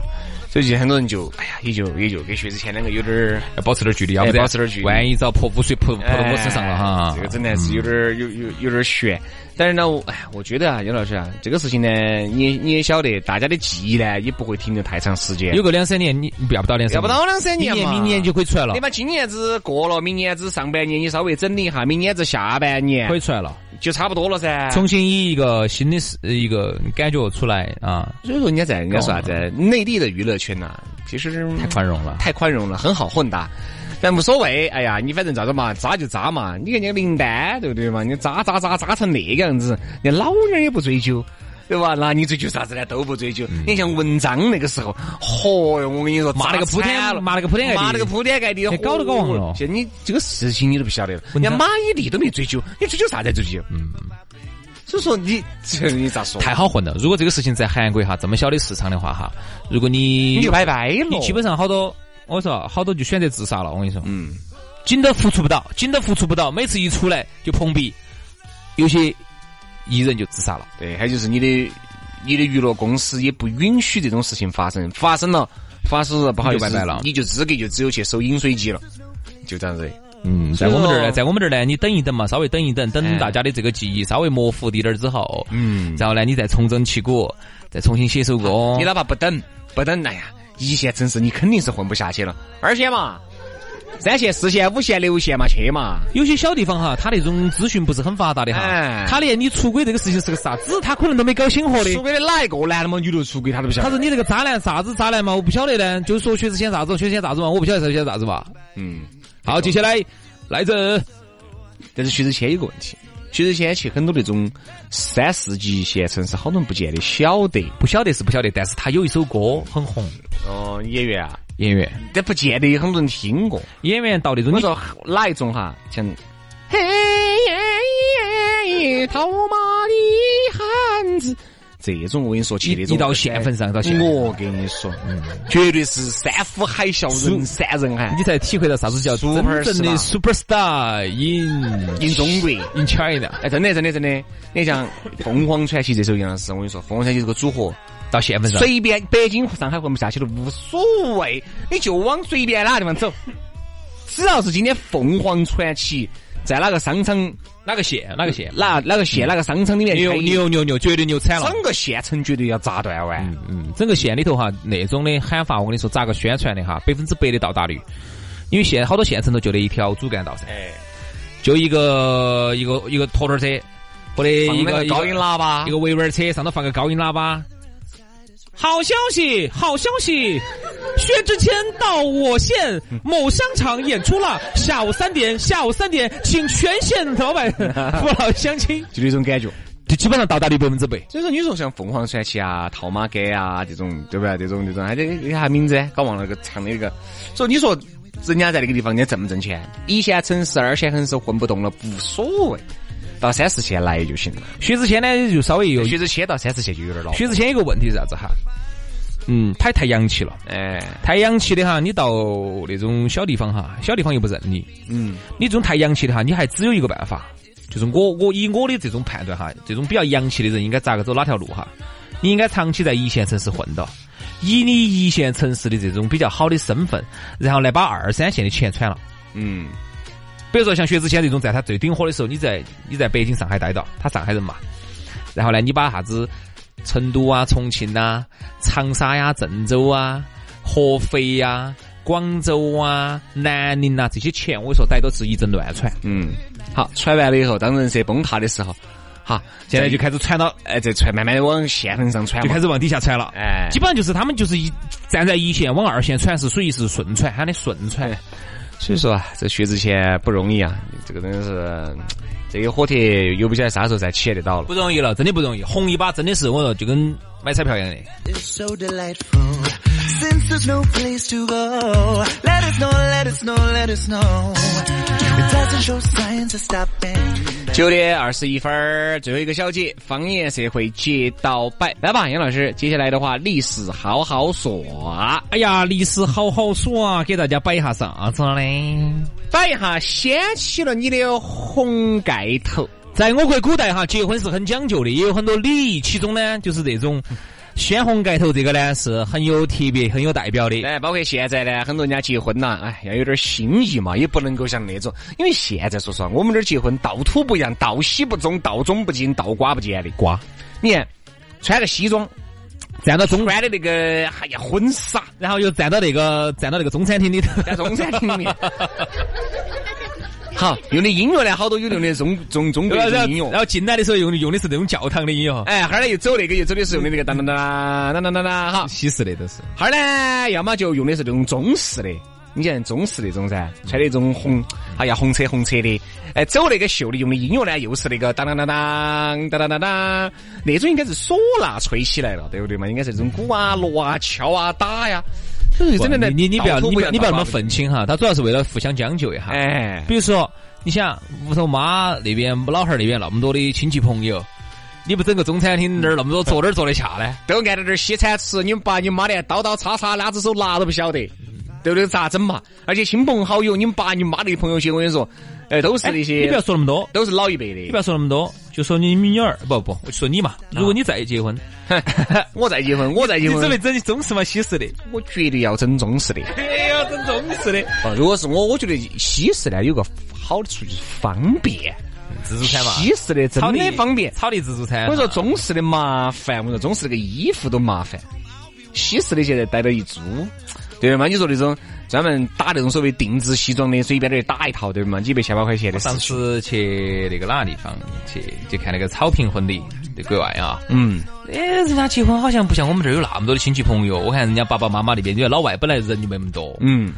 Speaker 3: 所以就很多人就哎呀，也就也就跟薛之谦两个有点儿，
Speaker 4: 要保持点距离，要不
Speaker 3: 哎
Speaker 4: 然
Speaker 3: 保持点距离
Speaker 4: 万一遭泼污水泼泼到我身上了哈嗯
Speaker 3: 哎。这个真的是有点儿有有有点儿悬。但是呢，我哎，我觉得啊，杨老师啊，这个事情呢，你也你也晓得，大家的记忆呢也不会停留太长时间，
Speaker 4: 有个两三年，你你不要不到两三年，
Speaker 3: 要不到两三
Speaker 4: 明
Speaker 3: 年
Speaker 4: 年
Speaker 3: 嘛，
Speaker 4: 明年就可以出来了
Speaker 3: 你，把今年子过了，明年子上半年你稍微整理一下，明年子下半年
Speaker 4: 可以出来了，
Speaker 3: 就差不多了噻。
Speaker 4: 重新以一个新的是一个感觉出来啊，
Speaker 3: 所以说人家在人家说啥子，内地的娱乐圈呐、其实
Speaker 4: 太宽容了。
Speaker 3: 太宽容了，很好混的。但无所谓，哎呀，你反正咋子嘛，渣就渣嘛。你看人家林丹，对不对嘛？你渣渣渣渣成那个样子，连老娘也不追究，对吧？那你追究啥子呢？都不追究。你像文章那个时候，嚯哟，我跟你说，
Speaker 4: 骂了个
Speaker 3: 渣
Speaker 4: 铺天
Speaker 3: 惨了
Speaker 4: 骂了个铺天盖地
Speaker 3: 骂了个铺天盖地
Speaker 4: 你，搞都搞忘了
Speaker 3: 嚯现在你这个事情你都不晓得了，人
Speaker 4: 文
Speaker 3: 家
Speaker 4: 章
Speaker 3: 马伊琍都没追究，你追究啥子追究？嗯。所以说你这你咋说？
Speaker 4: 太好混了！如果这个事情在韩国哈这么小的市场的话哈，如果你
Speaker 3: 你就拜拜了。
Speaker 4: 你基本上好多，我说好多就选择自杀了。我跟你说，
Speaker 3: 嗯，
Speaker 4: 紧都付出不到，紧都付出不到，每次一出来就碰壁，有些艺人就自杀了。
Speaker 3: 对，还有就是你的你的娱乐公司也不允许这种事情发生，发生了，发生了不好意思，
Speaker 4: 就拜拜了
Speaker 3: 你就资格就只有去收饮水机了，就这样子。
Speaker 4: 嗯，在我们这
Speaker 3: 哦
Speaker 4: 儿呢，在我们这儿呢，你等一等嘛，稍微等一等，等大家的这个记忆稍微模糊滴点儿之后，
Speaker 3: 哎嗯，
Speaker 4: 然后呢，你再重整旗鼓，再重新写首歌。
Speaker 3: 你哪怕不等，不等，哎呀，一线城市你肯定是混不下去了，二线嘛，三线、四线、五线、六线嘛，去嘛。
Speaker 4: 有些小地方哈，他那种资讯不是很发达的
Speaker 3: 哎
Speaker 4: 哈，他连你出轨这个事情是个啥子，他可能都没搞醒活的
Speaker 3: 出。轨的哪一个男的嘛，女的出哦轨他都不晓
Speaker 4: 他
Speaker 3: 得。
Speaker 4: 说你这个渣男啥子渣男嘛，我不晓得呢，就说薛之谦啥子，薛之谦啥子嘛，我不晓得薛之谦啥子嘛。
Speaker 3: 嗯，
Speaker 4: 好，接下来来自
Speaker 3: 但是徐志谦有个问题，徐志谦去很多那种三四级一线城市，好多人不见得晓得。
Speaker 4: 不晓得是不晓得，但是他有一首歌很红，
Speaker 3: 哦，演员啊，
Speaker 4: 演员
Speaker 3: 但不见得有很多人听过。
Speaker 4: 演员到那种
Speaker 3: 我
Speaker 4: 你
Speaker 3: 说哪一种哈？像嘿耶耶，套马的汉子，这种我跟你说，去
Speaker 4: 一
Speaker 3: 那种哎
Speaker 4: 一到县份上到县份嗯
Speaker 3: 我跟你说，绝对是山呼海啸，人山人海，
Speaker 4: 你才体会到啥子叫真
Speaker 3: Super
Speaker 4: 正的 superstar in
Speaker 3: 赢中国。
Speaker 4: in China。
Speaker 3: 哎，真的，真的，真的，你像凤凰传奇这首杨老师，我跟你说，凤凰传奇这个组合，
Speaker 4: 到县份上，
Speaker 3: 随便北京、上海混不下去了无所谓，你就往随便哪个地方走，只要是今天凤凰传奇在哪个商场
Speaker 4: 哪个县哪个县
Speaker 3: 哪哪个县哪个商场里面
Speaker 4: 牛
Speaker 3: 开一
Speaker 4: 牛牛牛，绝对牛惨了。
Speaker 3: 整个县城绝对要砸断完。
Speaker 4: 嗯，整个县里头哈，那种的喊法，我跟你说，咋个宣传的哈，百分之百的到达率。因为县好多县城头就那一条主干道噻，
Speaker 3: 哎，
Speaker 4: 就一个一个一个拖拖车，或者一
Speaker 3: 放那
Speaker 4: 个
Speaker 3: 个高音喇叭
Speaker 4: 一，个维稳车，上头放个高音喇叭。好消息，好消息！薛之谦到我 *laughs* 县某商场演出了，下午三点，下午三点，请全县老 *laughs* 板父老乡亲，
Speaker 3: 就那种感觉。
Speaker 4: 就基本上到达率百分之百。
Speaker 3: 所以说，你说像凤凰传奇啊、套马杆啊这种，对不对？这种这种，还得那啥名字呢？搞忘了个唱的一个。所以你说，人家在那个地方，人家挣不挣钱？一线城市、二线城市混不动了，无所谓，到三四线来就行了。
Speaker 4: 薛之谦呢，就稍微有
Speaker 3: 薛之谦到三四线就有点老。
Speaker 4: 薛之谦有个问题是啥子哈？嗯，他也太洋气了，
Speaker 3: 哎，
Speaker 4: 太洋气的哈，你到那种小地方哈，小地方又不认你，
Speaker 3: 嗯，
Speaker 4: 你这种太洋气的哈，你还只有一个办法，就是我我以我的这种判断哈，这种比较洋气的人应该咋个走哪条路哈？你应该长期在一线城市混到，以你一线城市的这种比较好的身份，然后来把二三线的钱穿了。
Speaker 3: 嗯，
Speaker 4: 比如说像薛之谦这种，在他最顶火的时候，你在你在北京、上海待到，他上海人嘛，然后呢，你把啥子成都啊、重庆啊、长沙呀、郑州啊、合肥呀、广州啊、南宁啊这些钱，我跟你说逮到是一阵乱传，
Speaker 3: 嗯，好，传完了以后，当人设崩塌的时候，好，
Speaker 4: 现在就
Speaker 3: 开，
Speaker 4: 开始传到，
Speaker 3: 哎，这传慢慢的往县城上传
Speaker 4: 就
Speaker 3: 嘛
Speaker 4: 开，始往底下传了。
Speaker 3: 哎，
Speaker 4: 基本上就是他们就是一站在一线往二线传，是属于是顺传，喊的顺传。
Speaker 3: 哎所以说啊，这薛之谦不容易啊，这个真的是，这个火帖又不晓得啥时候才起得到了。
Speaker 4: 不容易了，真的不容易，红一把真的是我说就跟买彩票一样的。
Speaker 2: is so delightful. Since there's no place to go, let us know, let us know, let us know. It doesn't show signs of stopping.
Speaker 3: 九点二十一分儿，最后一个小节，方言社会街道摆，来吧，杨老师，接下来的话，历史好好说啊，
Speaker 4: 哎呀，历史好好说啊，给大家摆一下啊啥子呢？
Speaker 3: 摆一下掀起了你的红盖头，
Speaker 4: 在我国古代哈，结婚是很讲究的，也有很多礼仪，其中呢就是这种掀红盖头这个呢是很有特别、很有代表的。
Speaker 3: 来，包括现在呢，很多人家结婚呐，哎，要有点新意嘛，也不能够像那种，因为现在说实话，我们这儿结婚道土不一样，道西不中，道中不进，道瓜不见的瓜。你看，穿个西装，
Speaker 4: 站到中，
Speaker 3: 穿的那个，哎呀，婚纱，
Speaker 4: 然后又站到那个站到那个中餐厅里头，
Speaker 3: 在中餐厅里面。好，用的音乐呢，好多有用的中中中国
Speaker 4: 然后
Speaker 3: 的音
Speaker 4: 然后然
Speaker 3: 乐。
Speaker 4: 后进来的时候用的用的是那种教堂的音乐，
Speaker 3: 哎，哈儿呢又走那个，又走的是用的那个当当当当当当当当，哈。
Speaker 4: 西式的都是。
Speaker 3: 哈儿呢，要么就用的是那种中式的，你像中式那种噻，
Speaker 4: 嗯
Speaker 3: 穿那种红，哎呀红车红车的，哎，走那个秀的用的音乐呢，又是那个当当当当当当当当，那种应该是唢呐吹起来了，对不对嘛？应该是那种鼓啊、锣啊、敲啊、打呀，所以真的呢，
Speaker 4: 嗯你你你不要
Speaker 3: 到处
Speaker 4: 你不要
Speaker 3: 样
Speaker 4: 你不要那么啊
Speaker 3: 到处
Speaker 4: 愤青哈，他主要是为了互相将就一下。
Speaker 3: 哎，
Speaker 4: 比如说，你想屋头妈那边、老汉儿那边那么多的亲戚朋友，你不整个中餐厅那儿那么多坐哪儿坐得下呢？
Speaker 3: 都挨着点儿西餐吃，你们爸你妈连刀刀叉叉哪只手拿都不晓得，对不对？咋整嘛？而且亲朋好友，你们爸你妈的朋友些，我跟你说，哎，都是那
Speaker 4: 哎你不
Speaker 3: 些
Speaker 4: 要，说那么多，
Speaker 3: 都是老一辈
Speaker 4: 你不
Speaker 3: 的。
Speaker 4: 要说那么多，就说你女儿不不，我就说你嘛。如果你再结婚，
Speaker 3: *laughs* 我再结婚，我再
Speaker 4: 你
Speaker 3: 啊结婚
Speaker 4: 准，备整中式嘛西式的？
Speaker 3: 我绝对要整中
Speaker 4: *laughs*
Speaker 3: 式的。
Speaker 4: 哎呀，整中式的
Speaker 3: 啊如果是我，我觉得西式呢有个好处就是方便，
Speaker 4: 自助餐嘛，
Speaker 3: 西式的真
Speaker 4: 炒
Speaker 3: 的
Speaker 4: 哎的
Speaker 3: 方便。
Speaker 4: 炒的自助餐。啊
Speaker 3: 我说中式的麻烦，我说中式那个衣服都麻烦，西式的现在逮到一株，对嘛？你说那种专门打那种所谓定制西装的，随便那儿打一套，对嘛？几百千把块钱的
Speaker 4: 我
Speaker 3: 事情。
Speaker 4: 上次去那个哪个地方去去看那个草坪婚礼，在国外啊。
Speaker 3: 嗯，
Speaker 4: 哎，人家结婚好像不像我们这儿有那么多的亲戚朋友。我看人家爸爸妈妈那边，因为老外本来人就没那么多，
Speaker 3: 嗯，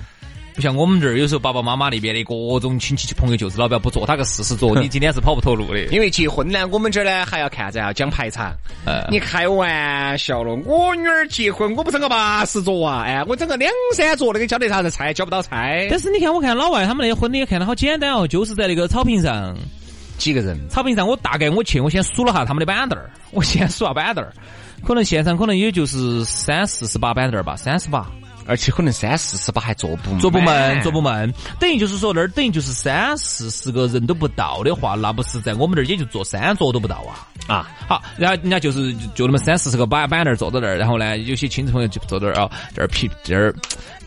Speaker 4: 不像我们这儿有时候爸爸妈妈那边的各种亲戚朋友就是老表不坐他个四十桌，你今天是跑不脱路的。
Speaker 3: 因为结婚呢，我们这儿呢还要看噻，要讲排场。
Speaker 4: 呃
Speaker 3: 你开玩笑了，我女儿结婚，我不整个八十桌啊？哎，我整个两三桌那个交得啥子菜？交不到菜。
Speaker 4: 但是你看，我看老外他们那婚礼看得好简单哦，就是在那个草坪上，
Speaker 3: 几个人？
Speaker 4: 草坪上我大概我去，我先数了下他们的板凳儿，我先数下板凳儿，可能现场可能也就是三四十把板凳儿吧，三十把。
Speaker 3: 而且可能三四十把还坐不
Speaker 4: 坐不满，坐不满，等于就是说那儿等于就是三四十个人都不到的话，那不是在我们这儿也就坐三桌都不到啊。
Speaker 3: 啊。
Speaker 4: 好，然后人家就是就就那么三四十个摆摆那儿坐到那儿，然后呢，有些亲戚朋友就坐到那儿啊，这儿批这儿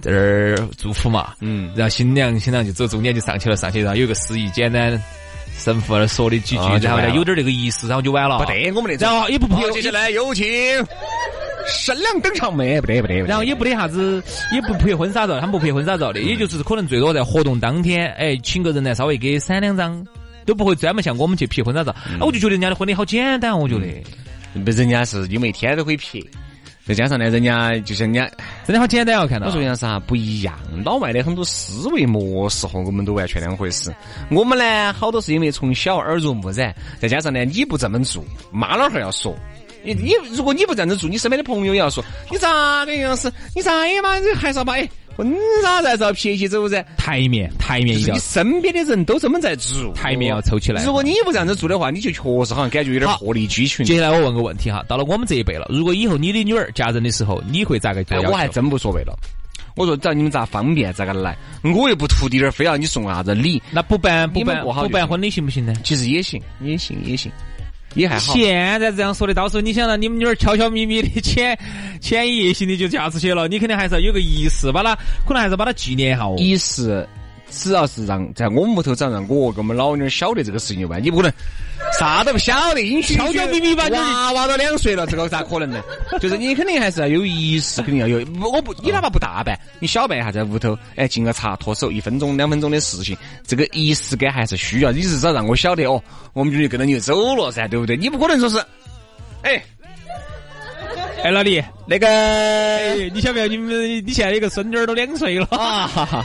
Speaker 4: 这儿祝福嘛，
Speaker 3: 嗯，
Speaker 4: 然后新娘新郎就走中间就上去了，上去然后有个司仪简单神父那儿说了几句，
Speaker 3: 啊就
Speaker 4: 然后
Speaker 3: 完
Speaker 4: 呢
Speaker 3: 了
Speaker 4: 有点那个仪式，然后就完了。
Speaker 3: 不得，我们那种
Speaker 4: 然后也不
Speaker 3: 好，接下来有请新娘登场，没不得不得，不得
Speaker 4: 然后也不得啥子，也不拍婚纱照，他们不拍婚纱照的，
Speaker 3: 嗯
Speaker 4: 也就是可能最多在活动当天，哎，请个人来稍微给闪两张，都不会专门像我们去拍婚纱照。
Speaker 3: 嗯
Speaker 4: 啊我就觉得人家的婚礼好简单，我觉得
Speaker 3: 不人家是因为天都可以撇，再加上呢，人家就像人家，
Speaker 4: 真的好简单哦，看到
Speaker 3: 我说。人家啥不一样，老外的很多思维模式和我们都完全两回事。我们呢，好多是因为从小耳濡目染，再加上呢，你不这么做，妈老汉儿要说。你你如果你不这样子做，你身边的朋友也要说你咋个样子？你咋哎呀妈，你还是要把哎婚纱照还是要撇起走噻？
Speaker 4: 台面，台面
Speaker 3: 就
Speaker 4: 一
Speaker 3: 是
Speaker 4: 定
Speaker 3: 你
Speaker 4: 要
Speaker 3: 身边的人都这么在做，
Speaker 4: 台面要抽起来
Speaker 3: 如果你不这样子做的话，你就确实好像感觉有点
Speaker 4: 好
Speaker 3: 鹤立鸡群。
Speaker 4: 接下来我问个问题哈，到了我们这一辈了，如果以后你的女儿嫁人的时候，你会咋个做
Speaker 3: 哎
Speaker 4: 要求？
Speaker 3: 我还真无所谓了。我说，只要你们咋方便咋个来，我又不图滴点儿，非要你送啥子礼，
Speaker 4: 那不办不
Speaker 3: 你们
Speaker 4: 办
Speaker 3: 过好
Speaker 4: 不
Speaker 3: 就
Speaker 4: 办
Speaker 3: 行
Speaker 4: 婚礼行不行呢？
Speaker 3: 其实也行，也行，也行。也还好。
Speaker 4: 现在这样说的，到时候你想让你们女儿悄悄咪咪的潜潜意识的就嫁出去了，你肯定还是要有个仪式，把她可能还是把她纪念一下哦。
Speaker 3: 一是只要是让在我们屋头长，让我跟我们老妞儿晓得这个事情吧，你不可能啥都不晓得，阴虚
Speaker 4: 悄悄咪咪把妞儿
Speaker 3: 娃娃都两岁了，这个咋可能呢？就是你肯定还是要有仪式，肯定要有。不我不，你哪怕不大办，你小办一下在屋头，哎，敬个茶，脱手，一分钟、两分钟的事情，这个仪式感还是需要。你至少让我晓得哦，我们女儿跟着你就走了噻，对不对？你不可能说是，哎，
Speaker 4: 哎，老李，
Speaker 3: 那个，
Speaker 4: 哎，你晓不晓得你们你现在有个孙女儿都两岁了
Speaker 3: 啊，哈哈，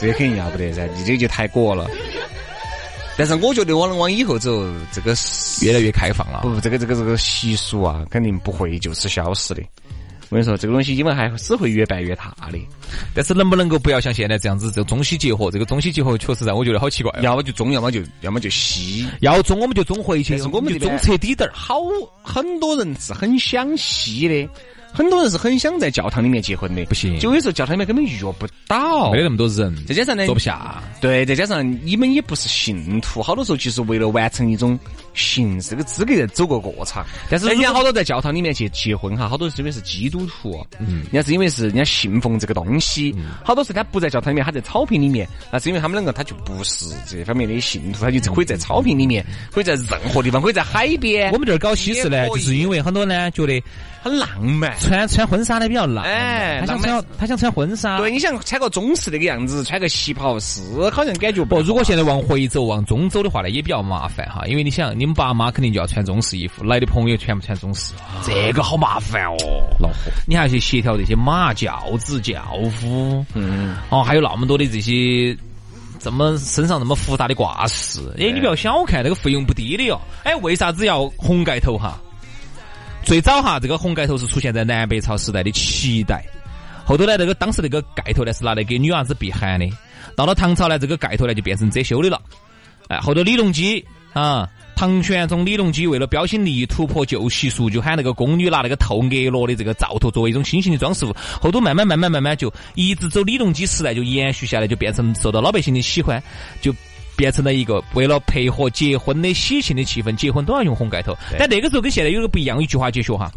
Speaker 3: 这肯定要不得噻，你这就太过了。但是我觉得往往以后走，这个是
Speaker 4: *laughs* 越来越开放了
Speaker 3: 不，这个这个这个习俗啊，肯定不会就此消失的。我跟你说，这个东西你们还只会越办越大的，
Speaker 4: *laughs* 但是能不能够不要像现在这样子，这个中西结合，这个中西结合确实让我觉得好奇怪哦。
Speaker 3: 要么就中，要么就要么就西。
Speaker 4: 要中我们就中回去，
Speaker 3: 但是
Speaker 4: 我
Speaker 3: 我
Speaker 4: 们
Speaker 3: 们
Speaker 4: 就
Speaker 3: 这
Speaker 4: 中
Speaker 3: 边
Speaker 4: 彻底点儿。
Speaker 3: 好，很多人是很想西的，很多人是很想在教堂里面结婚的，
Speaker 4: 不行
Speaker 3: 就有时候教堂里面根本遇不到
Speaker 4: 没得。那么多人，
Speaker 3: 再加上呢，
Speaker 4: 坐不下。
Speaker 3: 对，再加上你们也不是信徒，好多时候就是为了完成一种形式的资格在走个过场。但是人家好多在教堂里面去结婚哈，好多是因为是基督徒，嗯，人家是因为是人家信奉这个东西，好多时候他不在教堂里面，他在草坪里面，那是因为他们两个他就不是这方面的信徒，他就可以在草坪里面，可以在任何地方，可以在海边，
Speaker 4: 我们这儿搞西式呢，
Speaker 3: 也
Speaker 4: 就
Speaker 3: 可以
Speaker 4: 是因为很多人呢觉得
Speaker 3: 很浪漫。
Speaker 4: 穿穿婚纱的比较浪漫，
Speaker 3: 哎
Speaker 4: 他想
Speaker 3: 浪漫
Speaker 4: 穿他想穿婚纱。
Speaker 3: 对，你想穿个中式那个样子，穿个旗袍是好像感觉不
Speaker 4: 不，如果
Speaker 3: 好
Speaker 4: 现在往回走、往中走的话呢，也比较麻烦哈，因为你想，你们爸妈肯定就要穿中式衣服，来的朋友全部穿中式，啊这个好麻烦哦，恼火。你还要去协调这些马、轿子、轿夫，嗯，哦，还有那么多的这些这么身上那么复杂的挂饰，哎，你不要小看这个费用不低的哟。哎，为啥子要红盖头哈？最早哈，这个红盖头是出现在南北朝时代的七代，后头呢，这个当时那个盖头呢是拿来给女娃子避寒的。到了唐朝呢，这个盖头呢就变成遮羞的了。哎，后头李隆基啊，唐玄宗李隆基为了标新立异、突破旧习俗，就喊那个宫女拿那个透额罗的这个兆头作为一种新型的装饰物。后头慢慢慢慢慢慢就一直走李隆基时代，就延续下来，就变成受到老百姓的喜欢，就。变成了一个为了配合结婚的喜庆的气氛，结婚都要用红盖头。但那个时候跟现在有个不一样，一句话解决哈。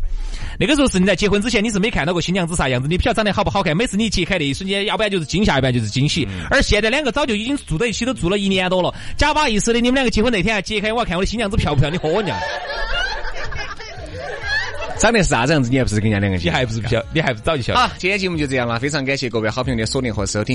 Speaker 4: 那个时候是你在结婚之前，你是没看到过新娘子啥样子，你不晓得长得好不好看。每次你一揭开那一瞬间，要不然就是惊吓，要不然就是惊喜。而现在两个早就已经住在一起，都住了一年多了，假巴意思的，你们两个结婚那天还揭开，我要看我的新娘子漂不漂亮，你喝我娘，
Speaker 3: 长得是啥子样子，你还不是跟人家两个结
Speaker 4: 你
Speaker 3: 婚 *laughs*
Speaker 4: 还不是不晓，你还不是早就晓得。
Speaker 3: 好，今天节目就这样了，非常感谢各位好朋友的锁定和收听。